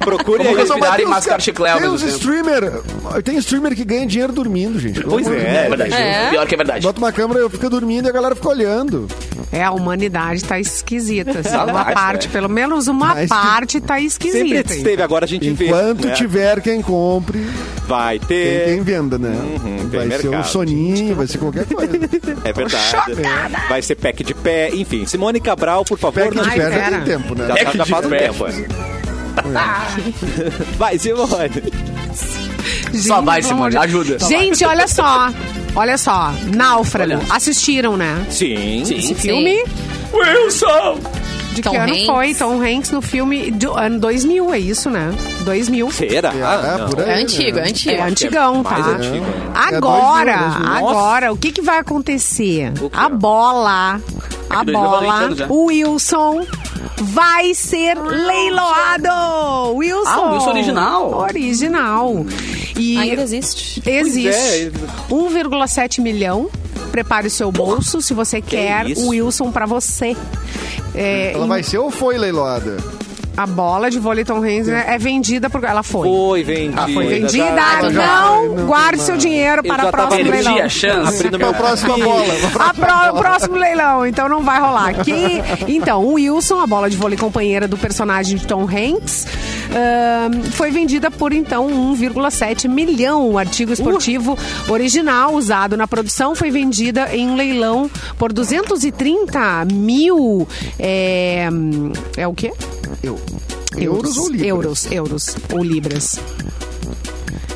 S1: Procure
S2: Como
S1: aí.
S2: resolver-
S5: Mas
S2: Virar e
S5: tem uns
S2: mascar
S5: cara-
S2: chiclete ao
S5: Tem
S2: mesmo
S5: uns
S2: tempo.
S5: streamer, tem streamer que ganha dinheiro dormindo, gente.
S1: Pois
S5: Pelo amor de
S1: é,
S5: Deus.
S1: verdade.
S3: É?
S2: Pior que é verdade.
S5: Bota uma câmera, fica dormindo e a galera fica olhando.
S4: É, a humanidade tá esquisita. assim.
S2: Tá
S4: uma
S2: mais,
S4: parte,
S2: né?
S4: pelo menos uma
S5: Mas que-
S4: parte tá
S1: Sempre
S4: esquisita. hein?
S1: esteve, agora a gente vê.
S5: Enquanto
S1: né?
S5: tiver quem compre,
S1: Vai
S5: tem
S1: ter.
S5: quem venda, né?
S1: Uhum, tem
S5: vai ser um
S1: mercado.
S5: soninho, vai ser qualquer coisa.
S1: É verdade. Vai ser pack de pé, enfim. Simone Cabral, por favor,
S5: Pack
S1: não
S5: de
S4: Ai,
S5: pé já
S4: pera.
S5: tem tempo, né?
S1: Já,
S2: Pack
S1: já
S2: de
S1: faz um
S2: pé.
S1: tempo. é. Vai, Simone.
S2: Só vai,
S4: pelo
S2: Simone,
S4: amor de-
S2: ajuda.
S4: Gente, olha só. Olha só. Náufrago.
S2: Olha.
S4: Assistiram, né?
S1: Sim.
S4: Esse
S2: Sim.
S4: filme.
S2: Wilson!
S4: De
S3: Tom
S4: que ano
S3: Hanks.
S4: foi? Tom Hanks no filme do ano 2000, é isso, né? 2000.
S1: Será?
S5: Ah,
S1: Não.
S5: por aí,
S3: É
S5: né?
S3: antigo, é antigo.
S4: É antigão, tá?
S1: mais antigo.
S2: né?
S4: Agora,
S5: É 2000, 2000.
S4: agora, o que, que vai acontecer?
S1: que
S4: A
S1: é?
S4: bola, a
S2: É que dois já valem
S4: bola,
S2: anos já.
S4: o Wilson vai ser leiloado! Wilson!
S2: Ah, o Wilson original.
S4: Original. E
S3: Ainda existe.
S4: existe
S1: é, ele-
S4: 1,7 milhão prepare o seu bolso se você quer
S1: isso?
S4: o Wilson pra você. É,
S5: Ela
S4: em-
S5: vai ser ou foi leiloada?
S4: A bola de vôlei Tom Hanks né, é vendida por. Ela foi.
S1: Foi vendida.
S2: Ah, foi
S4: Vendida,
S1: Já- já-
S5: Então,
S4: não,
S5: foi, não,
S4: guarde
S5: não.
S4: seu dinheiro
S1: Eu
S4: para
S2: tá
S1: já
S4: o
S1: tava
S4: próximo
S2: perdi
S4: leilão.
S2: a chance.
S1: Abrindo
S5: Pra
S1: meu
S5: próxima
S1: perfil.
S5: bola. pra
S4: A
S5: próxima
S4: pró-
S5: bola.
S4: próximo leilão, então não vai rolar. Que, então, o Wilson, a bola de vôlei companheira do personagem de Tom Hanks, ahn, foi vendida por então 1,7 milhão. O artigo
S5: Uh.
S4: esportivo original usado na produção foi vendida em um leilão por 230 mil. É, é o quê?
S5: Eu. Euros ou libras?
S4: Euros, euros ou libras.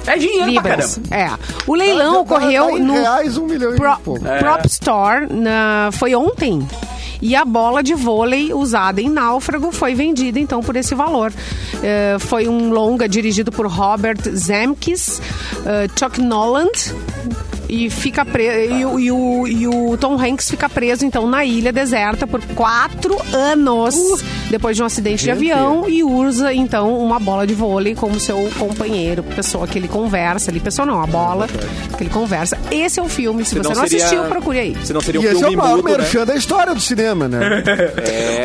S2: É dinheiro pra
S4: Libras.
S2: caramba.
S4: É. O leilão
S5: Tá- tá-
S4: ocorreu
S5: tá em
S4: no
S5: reais, um milhão e
S4: Pro-
S5: pouco.
S4: Prop Store na- foi ontem. E a bola de vôlei usada em Náufrago foi vendida, então, por esse valor. Eh, foi um longa dirigido por Robert Zemkis, eh, Chuck Noland. E, fica pre- e, o- e o, e o Tom Hanks fica preso, então, na ilha deserta por quatro anos. Depois de um acidente de avião. E usa, então, uma bola de vôlei como seu companheiro. Pessoa que ele conversa ali. Pessoa não, a bola que ele conversa. Esse é o filme, se você não assistiu, procure aí.
S1: Se não seria
S5: E
S1: um
S5: esse é o
S1: filme
S5: maior
S1: mudo, né?
S5: merchan da história do cinema, né?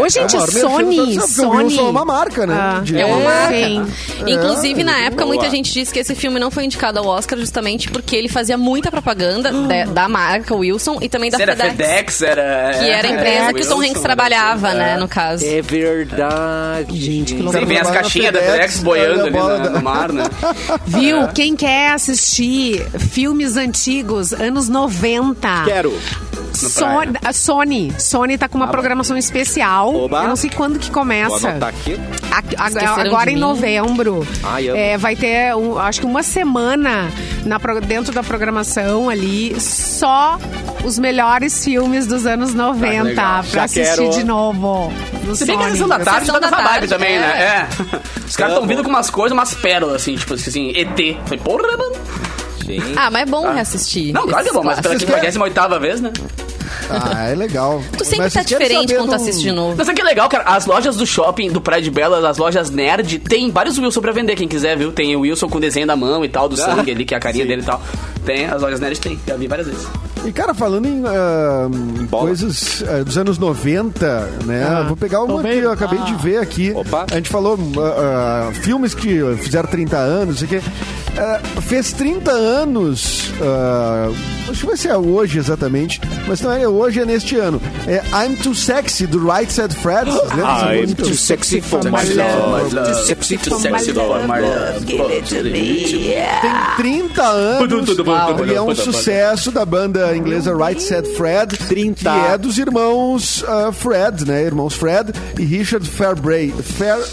S4: Ô, gente,
S5: É, mano,
S4: Sony,
S5: merchan, sabe, porque o
S4: Sony.
S5: Wilson é uma marca, né?
S4: Ah,
S5: De-
S3: É uma marca.
S4: Sim.
S3: Inclusive, na época,
S1: É. boa.
S3: muita gente disse que esse filme não foi indicado ao Oscar justamente porque ele fazia muita propaganda da, da marca Wilson e também da
S2: Era
S3: FedEx,
S1: é
S2: FedEx, era...
S3: que era a empresa que o Tom Hanks trabalhava, né, no caso.
S1: É verdade. Gente, que
S4: loucura.
S2: Você vê as
S5: Trabalhava
S2: caixinhas da
S5: na FedEx,
S2: FedEx boiando
S5: olha a
S2: ali
S5: bola
S2: na-
S5: da-
S2: no mar, né?
S4: Viu? Quem quer assistir filmes antigos, anos 90.
S1: Quero.
S4: Sony, a Sony. Sony tá com uma programação especial.
S1: Oba.
S4: Eu não sei quando que
S1: Vou
S4: começa.
S1: anotar aqui.
S4: A- a-
S3: Esqueceram
S4: agora
S3: de
S4: em
S3: mim.
S4: novembro.
S1: Ai, amo.
S4: É, vai ter, um- acho que uma semana na pro- dentro da programação ali, só os melhores filmes dos anos
S5: Ah,
S4: 90
S1: legal.
S4: pra
S1: Já
S4: assistir
S1: quero.
S4: de novo. no
S2: Se bem que a
S4: Sony.
S2: sessão da tarde
S3: Sessão
S2: tá
S3: da
S2: nessa
S3: tarde,
S2: vibe também,
S3: é.
S2: né? É. Os caras estão
S1: Amo.
S2: vindo com umas coisas, umas pérolas, assim, tipo assim, ET. Falei, porra, mano.
S1: Gente.
S3: Ah, mas é bom reassistir.
S2: Tá. Não, claro que é
S3: esses
S2: bom, mas pela
S5: Vocês querem-
S2: 58 vez, né?
S5: Ah, é legal.
S3: Tu sempre
S5: Mas
S3: tá
S5: vocês querem
S3: diferente
S5: saber
S3: quando tu
S5: do-
S3: assiste de novo.
S2: Mas sabe que é legal, cara? As lojas do shopping do Praia de Belas, as lojas nerd, tem vários Wilson pra vender, quem quiser, viu? Tem o Wilson com desenho da mão e tal, do
S5: Ah,
S2: sangue ali, que é a carinha
S1: sim.
S2: dele e tal. Tem, as lojas nerd tem, já vi várias vezes.
S5: E, cara, falando em, ah,
S1: bola. Ah,
S5: coisas ah, dos anos 90, né? vou pegar uma que eu acabei de ver aqui.
S1: Opa.
S5: A gente falou ah, ah, filmes que fizeram 30 anos, isso aqui. Ah, fez 30 anos, ah, acho que vai ser hoje exatamente, mas não é hoje, é neste ano. É I'm Too Sexy, do Right Said Fred. Vocês lembram dessa música?
S1: Ah, sexy for
S2: sexy, too sexy for my love. Give it to me.
S5: Tem 30 anos e é um sucesso da banda inglesa Right Said Fred,
S1: 30.
S5: que é dos irmãos ah, Fred, né? Irmãos Fred e Richard Fairbray,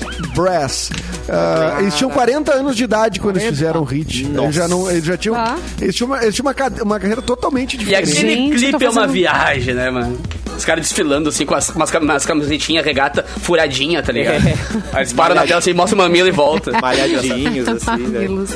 S5: Fairbrass. Ah, eles tinham 40 anos de idade quando eles fizeram o hit. Eles já, não, eles já tinham,
S3: Ah.
S5: eles tinham, uma, eles tinham uma, cade- uma carreira totalmente
S2: E
S5: diferente.
S2: aquele
S4: Gente, eu tô
S2: clipe é uma
S4: fazendo-
S2: viagem, né, mano? Os caras desfilando assim com as, com as cam- umas camisetinhas regata furadinha, tá ligado? Aí eles param na tela assim, mostra o mamilo e volta.
S1: Malhadinhos, assim, né?
S4: Mamilos.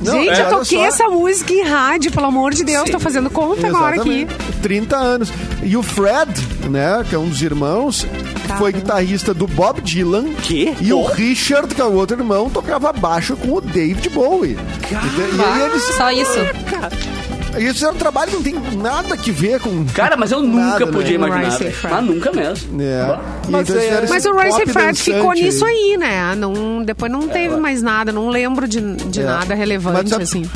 S5: Não,
S4: Gente,
S5: é,
S4: eu
S5: olha
S4: toquei
S5: só.
S4: essa música em rádio, pelo amor de Deus,
S2: Sim.
S4: tô fazendo conta agora aqui.
S5: Exatamente. 30 anos. E o Fred, né, que é um dos irmãos,
S4: Tá.
S5: foi guitarrista do Bob Dylan.
S1: Quê?
S5: E o Richard, que é o outro irmão, tocava baixo com o David Bowie. E eles,
S3: Ah, Só isso.
S5: isso é um trabalho que não tem nada que ver com...
S2: Cara, mas eu nunca
S5: Nada, né?
S2: podia imaginar.
S4: Rice
S2: velho.
S4: Fry.
S2: Mas nunca mesmo.
S5: É. E
S1: Mas
S5: então eles
S1: é-
S5: fizeram
S4: Mas
S5: esse
S4: o Royce
S5: pop
S4: Fred ficou
S5: dançante.
S4: nisso aí, né? Não, depois não teve mais nada, não lembro de, de
S5: É.
S4: nada relevante,
S5: Mas sabe-
S4: assim.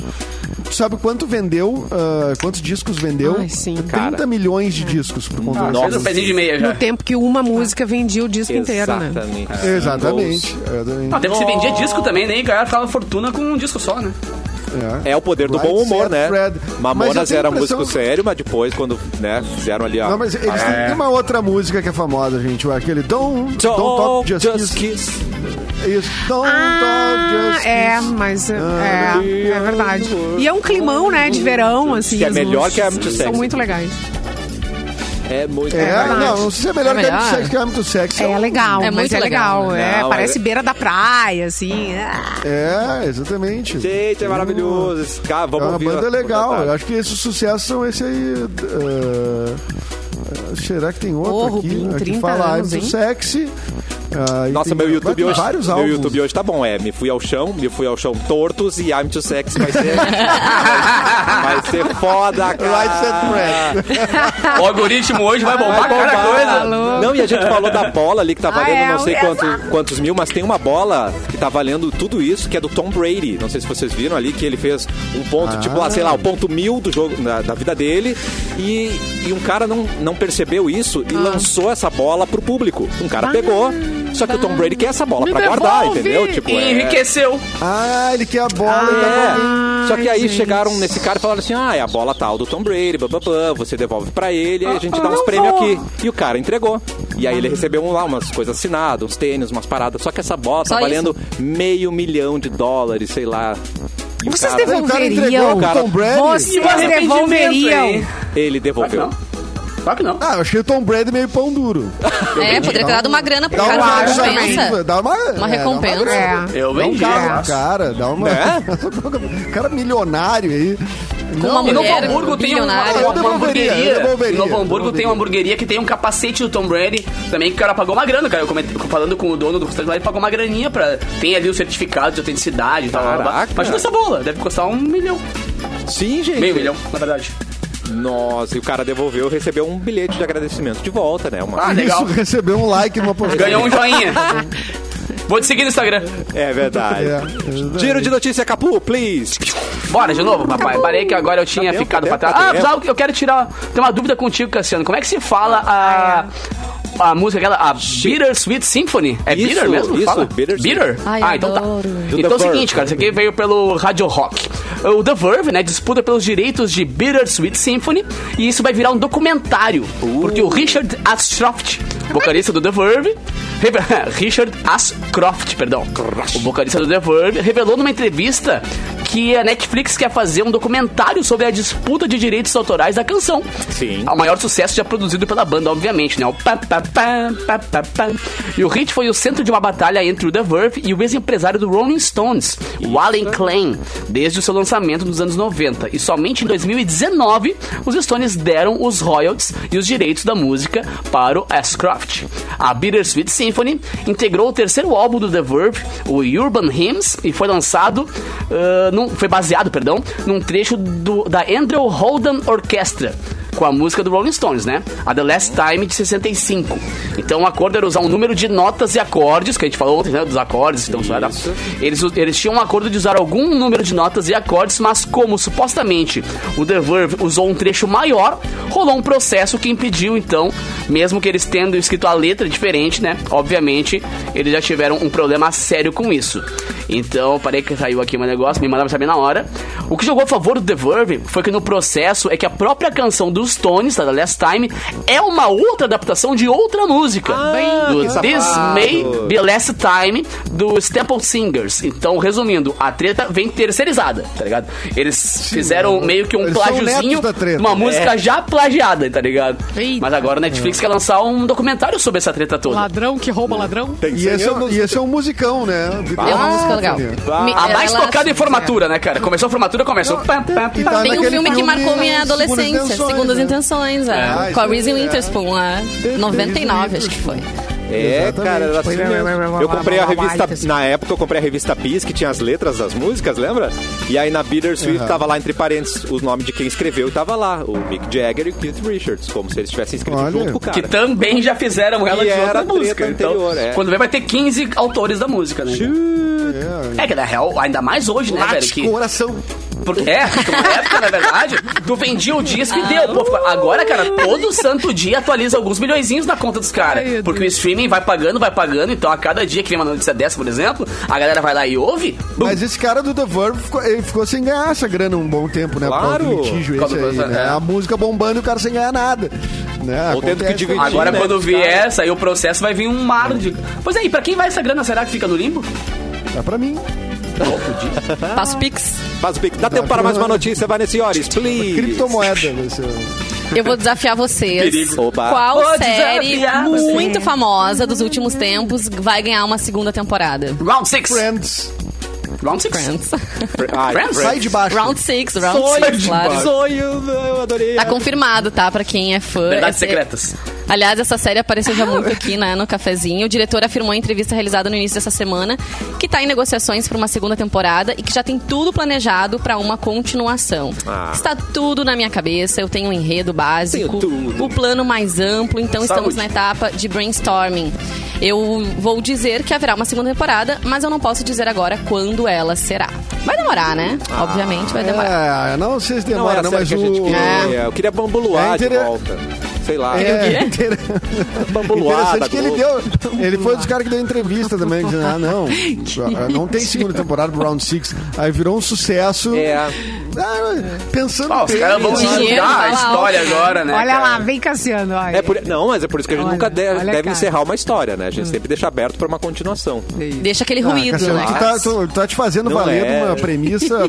S5: Tu sabe quanto vendeu, ah, quantos discos vendeu?
S4: Ai, sim.
S5: 30
S1: Cara.
S5: milhões de discos. Por conta
S1: Nossa.
S2: Fez um pezinho de meia já.
S4: No tempo que uma música vendia o disco inteiro, né?
S1: Exatamente.
S5: Exatamente.
S2: Ah,
S1: um
S2: tempo que se vendia disco também, né? E o cara ficava fortuna com um disco só, né?
S5: É.
S1: É o poder do
S5: Right
S1: bom humor,
S5: Said
S1: né?
S5: Fred. Mas eu
S1: Mamonas
S5: tenho
S1: era
S5: a impressão-
S1: músico sério, mas depois, quando né, fizeram ali a.
S5: Não, mas eles têm uma outra música que é famosa, gente. Aquele Don't, don't, Talk Just, Kiss. Isso. Don't Talk
S4: Ah,
S5: Just
S4: é,
S5: Kiss.
S4: mas é,
S1: Ah,
S4: é, é verdade. E é um climão, né, de verão, assim.
S1: Que é
S4: as
S1: melhor
S4: músicas
S1: que a Empty
S4: São
S1: Sexy.
S4: muito legais.
S1: É muito.
S5: É, não, não sei se é melhor
S3: É
S5: que é muito
S3: melhor?
S5: sexy, que é muito sexy.
S4: É legal,
S3: É
S4: mas
S3: muito
S4: é legal.
S3: legal,
S4: é,
S1: Não,
S4: parece
S1: é-
S4: beira da praia, assim. Ah.
S5: É, exatamente.
S1: Gente, é maravilhoso. Esse Cara,
S5: É
S1: vamos
S5: uma
S1: ouvir
S5: banda
S1: a- tá?
S5: legal. Eu
S1: a-
S5: acho que esses sucessos são esse aí. ah, ah, será que tem outro
S4: Ô,
S5: aqui?
S4: Rubinho,
S5: Aqui
S4: 30
S5: fala
S4: anos,
S5: I'm
S4: hein?
S5: Too Sexy. Ah, e
S1: Nossa,
S5: tem
S1: meu YouTube
S5: vários
S1: hoje.
S5: Vários
S1: meu
S5: álbuns.
S1: YouTube hoje tá bom, é. Me fui ao chão, me fui ao chão tortos e I'm too sexy vai ser. vai ser foda, cara.
S5: Right
S2: O algoritmo hoje vai
S1: Vai
S2: bombar cada
S1: bombar.
S2: coisa.
S1: Não, e a gente falou da bola ali que tá valendo
S4: é,
S1: não sei
S4: o-
S1: quanto, quantos mil, mas tem uma bola que tá valendo tudo isso, que é do Tom Brady. Não sei se vocês viram ali que ele fez um ponto, tipo, ah, sei lá, o ponto mil do jogo, da, da vida dele. E, e um cara não, não percebeu isso
S4: Ah.
S1: e lançou essa bola pro público. Um cara pegou. Só que o Tom Brady quer essa bola
S4: Ah. Me
S1: pra guardar,
S4: devolve!
S1: entendeu? Tipo,
S2: E
S1: é-
S2: enriqueceu.
S5: Ah, ele quer a bola. ele tá
S4: Ah,
S5: com-
S1: é. Só que aí
S4: gente.
S1: chegaram nesse cara e falaram assim: ah, é a bola tal do Tom Brady, bababã, você devolve pra ele, aí a
S5: Ah,
S1: gente dá uns prêmios aqui. E o cara entregou. E aí ele recebeu um lá umas coisas assinadas, uns tênis, umas paradas. Só que essa bola tá
S3: Só
S1: valendo meio milhão de dólares, sei lá. E o
S4: Vocês
S1: cara-
S5: Aí o cara entregou
S4: devolveriam.
S5: o
S1: Cara,
S5: Tom Brady.
S2: E o
S4: Vocês
S2: arrependimento,
S4: devolveriam.
S2: hein?
S1: Ele
S2: Claro que
S1: devolveu.
S2: não. Claro que não.
S5: Ah, eu achei o Tom Brady meio pão duro.
S3: É, poderia ter dado uma grana pro
S5: Então, Dá
S3: cara,
S5: uma,
S4: uma
S3: uma
S5: dá uma-
S3: recompensa.
S5: dá uma,
S3: Uma
S5: é, dá uma
S3: recompensa.
S5: grana.
S4: É.
S2: Eu Né?
S5: Dá um
S2: vendi.
S5: carro, pro
S2: abraço.
S5: cara, dá uma. cara milionário aí.
S3: Com uma
S2: Em Novo
S3: mulher
S2: Hamburgo tem uma,
S3: bilionária.
S2: uma
S5: Eu devolveria, eu
S2: hamburgueria.
S5: devolveria,
S2: Em Novo Hamburgo tem
S5: devolveria.
S2: uma hamburgueria que tem um capacete do Tom Brady também, que o cara pagou uma grana, cara. Eu comentei, falando com o dono do restaurante lá, ele pagou uma graninha pra. Tem ali o certificado de autenticidade e tal. blá, blá, blá.
S1: Caraca.
S2: Imagina essa bola, deve custar um milhão.
S1: Sim, gente.
S2: Meio milhão, na verdade.
S1: Nossa, e o cara devolveu, recebeu um bilhete de agradecimento de volta, né? Uma...
S2: Ah, legal.
S5: Isso, recebeu um like numa postagem.
S2: Ganhou um joinha. Vou te seguir no Instagram.
S1: É verdade.
S5: É.
S1: Giro de notícia, Capu, please.
S2: Bora de novo, papai. Parei que agora eu tinha
S1: Tá
S2: ficado
S1: tempo,
S2: pra trás.
S1: tá
S2: Ah,
S1: tempo.
S2: precisava- eu quero tirar. Tem uma dúvida contigo, Cassiano. Como é que se fala a. A música aquela, a Bitter Sweet Symphony. É
S1: Isso,
S2: bitter mesmo?
S1: isso,
S2: Fala?
S1: Bitter Sweet.
S2: Bitter?
S3: Ai,
S2: ah, então tá.
S3: adoro.
S1: Do
S2: Então é o
S1: The Verve.
S2: seguinte, cara, isso aqui veio pelo Radio Rock. O The Verve, né, disputa pelos direitos de Bitter Sweet Symphony e isso vai virar um documentário. Porque o Richard Ashcroft, vocalista do The Verve, reve- Richard Ashcroft, perdão, o vocalista do The Verve, revelou numa entrevista que a Netflix quer fazer um documentário sobre a disputa de direitos autorais da canção.
S1: Sim.
S2: O maior sucesso já produzido pela banda, obviamente, né? O pá, pá, pá, pá, pá, pá. E o hit foi o centro de uma batalha entre o The Verve e o ex-empresário do Rolling Stones, o Alan Klein, desde o seu lançamento nos anos 90. E somente em 2019, os Stones deram os royalties e os direitos da música para o Ashcroft. A Bittersweet Symphony integrou o terceiro álbum do The Verve, o Urban Hymns, e foi lançado, ah, num- foi baseado, perdão, num trecho do- da Andrew Holden Orchestra com a música do Rolling Stones, né? A The Last Time de 65. Então o acordo era usar um número de notas e acordes, que a gente falou ontem, né? Dos acordes, então sei lá. eles, eles tinham um acordo de usar algum número de notas e acordes, mas como supostamente o The Verve usou um trecho maior, rolou um processo que impediu, então, mesmo que eles tendo escrito a letra diferente, né? Obviamente, eles já tiveram um problema sério com isso. Então, parei que saiu aqui meu negócio, me mandaram saber na hora. O que jogou a favor do The Verve foi que no processo é que a própria canção dos Stones, da Last Time, é uma outra adaptação de outra música. do This May Be Last Time, do Staple Singers. Então, resumindo, a treta vem terceirizada, tá ligado? Eles fizeram meio que um
S5: Eles são
S2: plagiozinho,
S5: netos da treta.
S2: uma música já plagiada, tá ligado?
S4: Eita.
S2: Mas agora a Netflix quer lançar um documentário sobre essa treta toda.
S4: Ladrão que rouba ladrão.
S5: E esse, é, um- e esse é um musicão, né?
S3: É uma música legal. Me-
S2: A mais
S3: ela-
S2: tocada em formatura, né, cara? Começou a formatura, começou. Pam, pam,
S5: que
S2: pam.
S5: tá
S3: Tem um
S5: naquele
S3: filme que
S5: filme
S3: marcou minha
S5: Segundas
S3: adolescência,
S5: Intenções,
S3: Segundas
S5: né?
S3: Intenções, é.
S5: É,
S3: com a
S5: isso
S3: Reese
S5: aí, é.
S3: Witherepoon, é. 99, acho que foi.
S1: É, cara, era assim mesmo. Eu comprei a revista. Na época eu comprei a revista Bis, que tinha as letras das músicas, lembra? E aí na Bittersweet
S5: Aham.
S1: tava lá entre parênteses os nomes de quem escreveu e tava lá. O Mick Jagger e o Keith Richards, como se eles tivessem escrito
S5: Olha.
S1: junto com o
S2: Que tá-
S1: cara.
S2: também já fizeram ela
S1: E
S2: de
S1: era
S2: outra
S1: a treta
S2: música.
S1: anterior,
S2: então,
S1: é.
S2: quando vem, vai ter 15 autores da música, né? É que na real, ainda mais hoje, né, velho?
S5: Late
S2: Que,
S5: coração.
S2: porque, é, porque uma época, na verdade, tu vendia o disco e deu. Pô, agora, cara, todo santo dia atualiza alguns milhõezinhos na conta dos caras. Porque o streaming vai pagando, vai pagando. Então, a cada dia que vem uma notícia dessa, por exemplo, a galera vai lá e ouve. Bum,
S5: Mas esse cara do The Verve ficou, ele ficou sem ganhar essa grana um bom tempo, né? Por causa
S1: Claro.
S5: do litígio
S2: Por causa
S5: esse aí,
S2: do-
S5: né?
S2: é.
S5: A música bombando e o cara sem ganhar nada. Né?
S1: Ou tendo que
S5: Acontece.
S1: dividir,
S2: Agora,
S1: né?
S2: quando vier, sair o processo, vai vir um mar de. Pois é, e pra quem vai essa grana, será que fica no limbo?
S5: É pra mim.
S3: Passo Pix.
S1: Faz o pique.
S5: Tá
S1: Dá tempo para mais uma notícia, Vanessa Iores, please.
S5: Criptomoeda. né, vai ser.
S3: Eu vou desafiar vocês.
S1: Oba.
S3: Qual
S2: Vou
S3: série
S2: desafiar você.
S3: muito famosa dos últimos tempos vai ganhar uma segunda temporada?
S2: Round 6.
S5: Friends.
S2: Round 6.
S3: Friends.
S1: Ai,
S2: Friends?
S5: Sai de baixo.
S3: round 6, round
S1: Sonho,
S3: 6, claro.
S1: sonho, eu adorei.
S3: Tá confirmado, tá? Pra quem é fã.
S2: Verdades
S3: Essa-
S2: secretas.
S3: Aliás, essa série apareceu já muito aqui né, no cafezinho. O diretor afirmou em entrevista realizada no início dessa semana que está em negociações para uma segunda temporada e que já tem tudo planejado para uma continuação.
S1: Ah.
S3: Está tudo na minha cabeça, eu tenho um enredo básico,
S1: Tenho tudo.
S3: o plano mais amplo, então estamos
S1: Saúde.
S3: na etapa de brainstorming. Eu vou dizer que haverá uma segunda temporada, mas eu não posso dizer agora quando ela será. Vai demorar, né?
S1: Ah.
S3: Obviamente vai demorar.
S5: É, não sei se
S1: Não
S5: demora,
S1: era
S5: não,
S1: sério
S5: mas
S1: que a
S5: o...
S1: gente queria. É. Eu queria bambuluar
S5: É
S1: de
S5: intere-
S1: volta. Sei lá.
S5: É, inter-
S1: Bambuluada.
S5: interessante que ele
S1: tá
S5: deu. Ele foi um dos caras que deu entrevista também, dizendo, ah, não, não tem segunda temporada pro Round Six. Aí virou um sucesso.
S1: É.
S5: Ah, pensando
S2: Ó, os
S5: bem,
S2: caras vão
S5: né?
S3: Dinheiro,
S2: julgar
S3: fala
S2: a história agora, né?
S4: Olha
S2: cara?
S4: lá, vem Cassiano. Olha.
S1: É por- Não, mas é por isso que a gente
S4: Olha,
S1: nunca de-
S4: olha a
S1: deve
S4: cara. Hum.
S1: encerrar uma história, né? A gente sempre deixa aberto pra uma continuação.
S3: Deixa aquele
S5: Ah,
S3: ruído,
S5: Cassiano,
S3: né?
S5: tu tá, tu- tu tá te fazendo
S1: Não
S5: valer
S1: é.
S5: uma premissa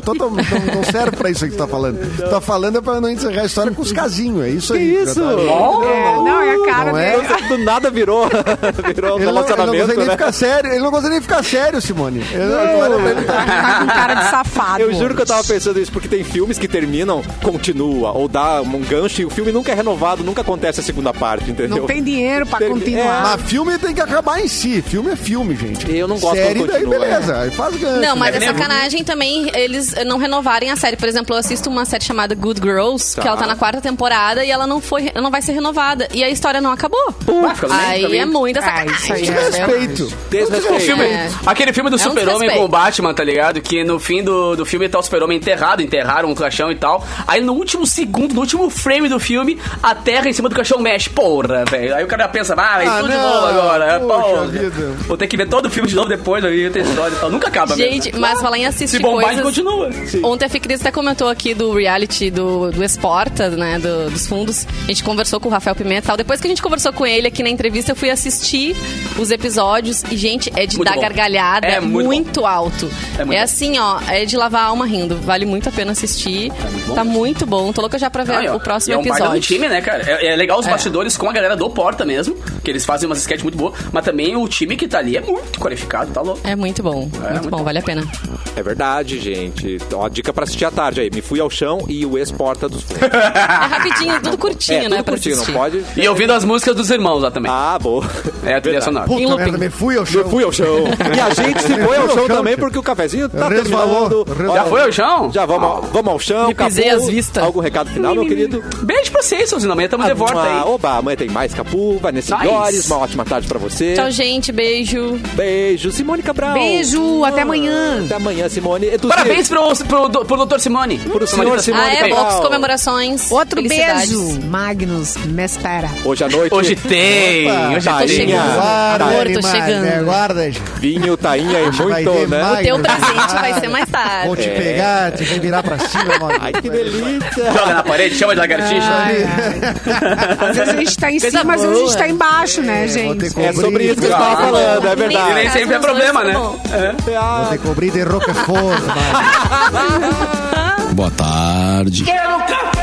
S5: totalmente. Não, não serve pra isso aí que tu tá falando. Tu tá falando é pra não encerrar a história com os casinhos. É isso aí.
S1: isso?
S5: Natália.
S4: É, não, é a cara
S5: Não é?
S4: dele.
S1: Então, Do nada virou, virou um
S5: Ele não, ele não
S1: relacionamento,
S5: consegue nem
S1: né?
S5: ficar sério. Ele não consegue nem ficar sério, Simone. Ele, agora ele tá-
S4: Tá com cara de safado.
S1: Eu juro que eu tava pensando isso, porque tem filmes que terminam, continua, ou dá um gancho e o filme nunca é renovado, nunca acontece a segunda parte, entendeu?
S4: Não tem dinheiro pra
S1: Termi-
S4: continuar.
S5: Mas filme tem que acabar em si. Filme é filme, gente.
S1: Eu não gosto
S5: Série,
S1: quando
S5: daí
S1: continua,
S5: beleza. Aí faz gancho.
S3: Não, mas é
S5: né?
S3: sacanagem também eles não renovarem a série. Por exemplo, eu assisto uma série chamada Good Girls,
S1: Tá.
S3: que ela tá na quarta temporada e ela não, foi, não vai ser renovada. E a história não acabou.
S2: fica bem, fica
S3: aí
S2: bem.
S3: é muita
S4: Ah,
S3: sacanagem.
S4: isso aí é
S3: né?
S5: Desrespeito.
S1: Desrespeito.
S2: filme-
S3: É.
S2: Aquele filme do
S3: É um
S2: super-homem
S3: desrespeito.
S2: com o Batman, tá ligado? Que no fim do, do filme tá o super-homem enterrado, enterraram o caixão e tal. Aí no último segundo, no último frame do filme, a terra em cima do caixão mexe. Porra, velho. Aí o cara pensa, ah, é
S5: Ah,
S2: tudo de
S5: não.
S2: novo agora. É,
S5: Puxa
S2: Porra.
S5: vida.
S2: Vou ter que ver todo o filme de novo depois, aí outra história e tal. Nunca acaba
S3: Gente,
S2: mesmo. né?
S3: mas falar em assistir
S2: Se bombar,
S3: coisas...
S2: continua.
S3: Ontem a Ficris até comentou aqui do reality do, do Esporta, né? do- dos fundos. A gente conversou com o Rafael Pimenta e tal. Depois que a gente conversou com ele aqui na entrevista, eu fui assistir os episódios e, gente, é de
S2: Muito
S3: dar
S2: bom.
S3: gargalhada
S2: É muito
S3: muito,
S2: bom.
S3: alto.
S2: É
S3: É,
S2: muito bom.
S3: assim, ó, é de lavar a alma rindo. Vale muito a pena assistir. Tá
S2: muito
S3: muito
S2: bom
S3: bom.
S2: mesmo.
S3: Tô louca já pra ver
S2: Não, e, ó,
S3: o próximo
S2: e é um baita do
S3: episódio.
S2: time, né, cara? É, é legal os bastidores com a galera do Porta mesmo, que eles fazem umas sketches muito boas, mas também o time que tá ali é muito qualificado, tá louco.
S3: É muito bom, muito,
S2: muito
S3: bom,
S2: bom.
S3: vale a pena.
S1: É verdade, gente. Ó, dica pra assistir à tarde aí. Me fui ao chão e o ex-porta dos fundos.
S3: É
S2: Ah,
S3: rapidinho, tudo curtinho,
S1: é, tudo
S3: né? pra
S1: curtinho,
S3: assistir.
S1: não pode.
S2: E ouvindo as músicas dos irmãos lá também.
S1: Ah, boa.
S2: é a trilha sonora.
S3: Em
S5: Puta
S3: looping.
S5: merda, me fui ao chão.
S1: Eu fui ao chão. E a gente se foi ao chão também, porque o cafezinho tá
S5: Resvalou.
S1: terminando.
S5: Resvalou.
S1: Ó,
S2: Já foi ao chão?
S1: Já vamos, ao- vamos ao chão.
S3: Me pisei
S1: Capu.
S3: as vistas.
S1: Algum recado final, meu querido?
S2: Beijo pra vocês, seus amanhã estamos de volta
S1: Ah,
S2: aí.
S1: Oba, amanhã tem mais Capu, Vanessa
S2: Nice.
S1: Dores. Uma ótima tarde pra você.
S3: Tchau, gente. Beijo.
S1: Beijo, Simone Cabral.
S4: Beijo, até amanhã.
S1: Até amanhã, Simone. Edu,
S2: Parabéns pro, pro, pro Dr. Simone. tá
S1: Pro senhor Simone
S3: Ah, é,
S1: Cabral.
S3: box comemorações.
S4: Outro
S3: Felicidades.
S4: beijo. Magnus, me espera.
S1: Hoje à noite.
S2: Hoje tem.
S5: Opa,
S2: hoje
S1: tá
S2: tem.
S1: chegando.
S5: Guarda,
S3: Amor, tô
S5: animais,
S3: chegando.
S5: né? Guarda, gente.
S1: Vinho, tainha e
S5: Vai
S1: muito,
S5: ter
S1: né?
S5: mais.
S3: Teu um presente vai ser mais tarde.
S5: Vou te
S1: É.
S5: pegar, te vou virar pra cima, mano.
S1: Ai, que delícia.
S2: Joga na parede, chama de lagartixa.
S4: Às vezes a gente tá em cima, mas às vezes a gente tá embaixo, né,
S5: vou ter
S4: gente?
S5: que
S1: É sobre isso que eu
S5: Obrigado.
S1: estava falando, é
S2: e
S1: verdade. É, ah,
S2: nem sempre é problema, né?
S5: Vou te cobrir de roquefort, mano.
S7: Boa tarde.
S6: Quero café!
S3: Ah.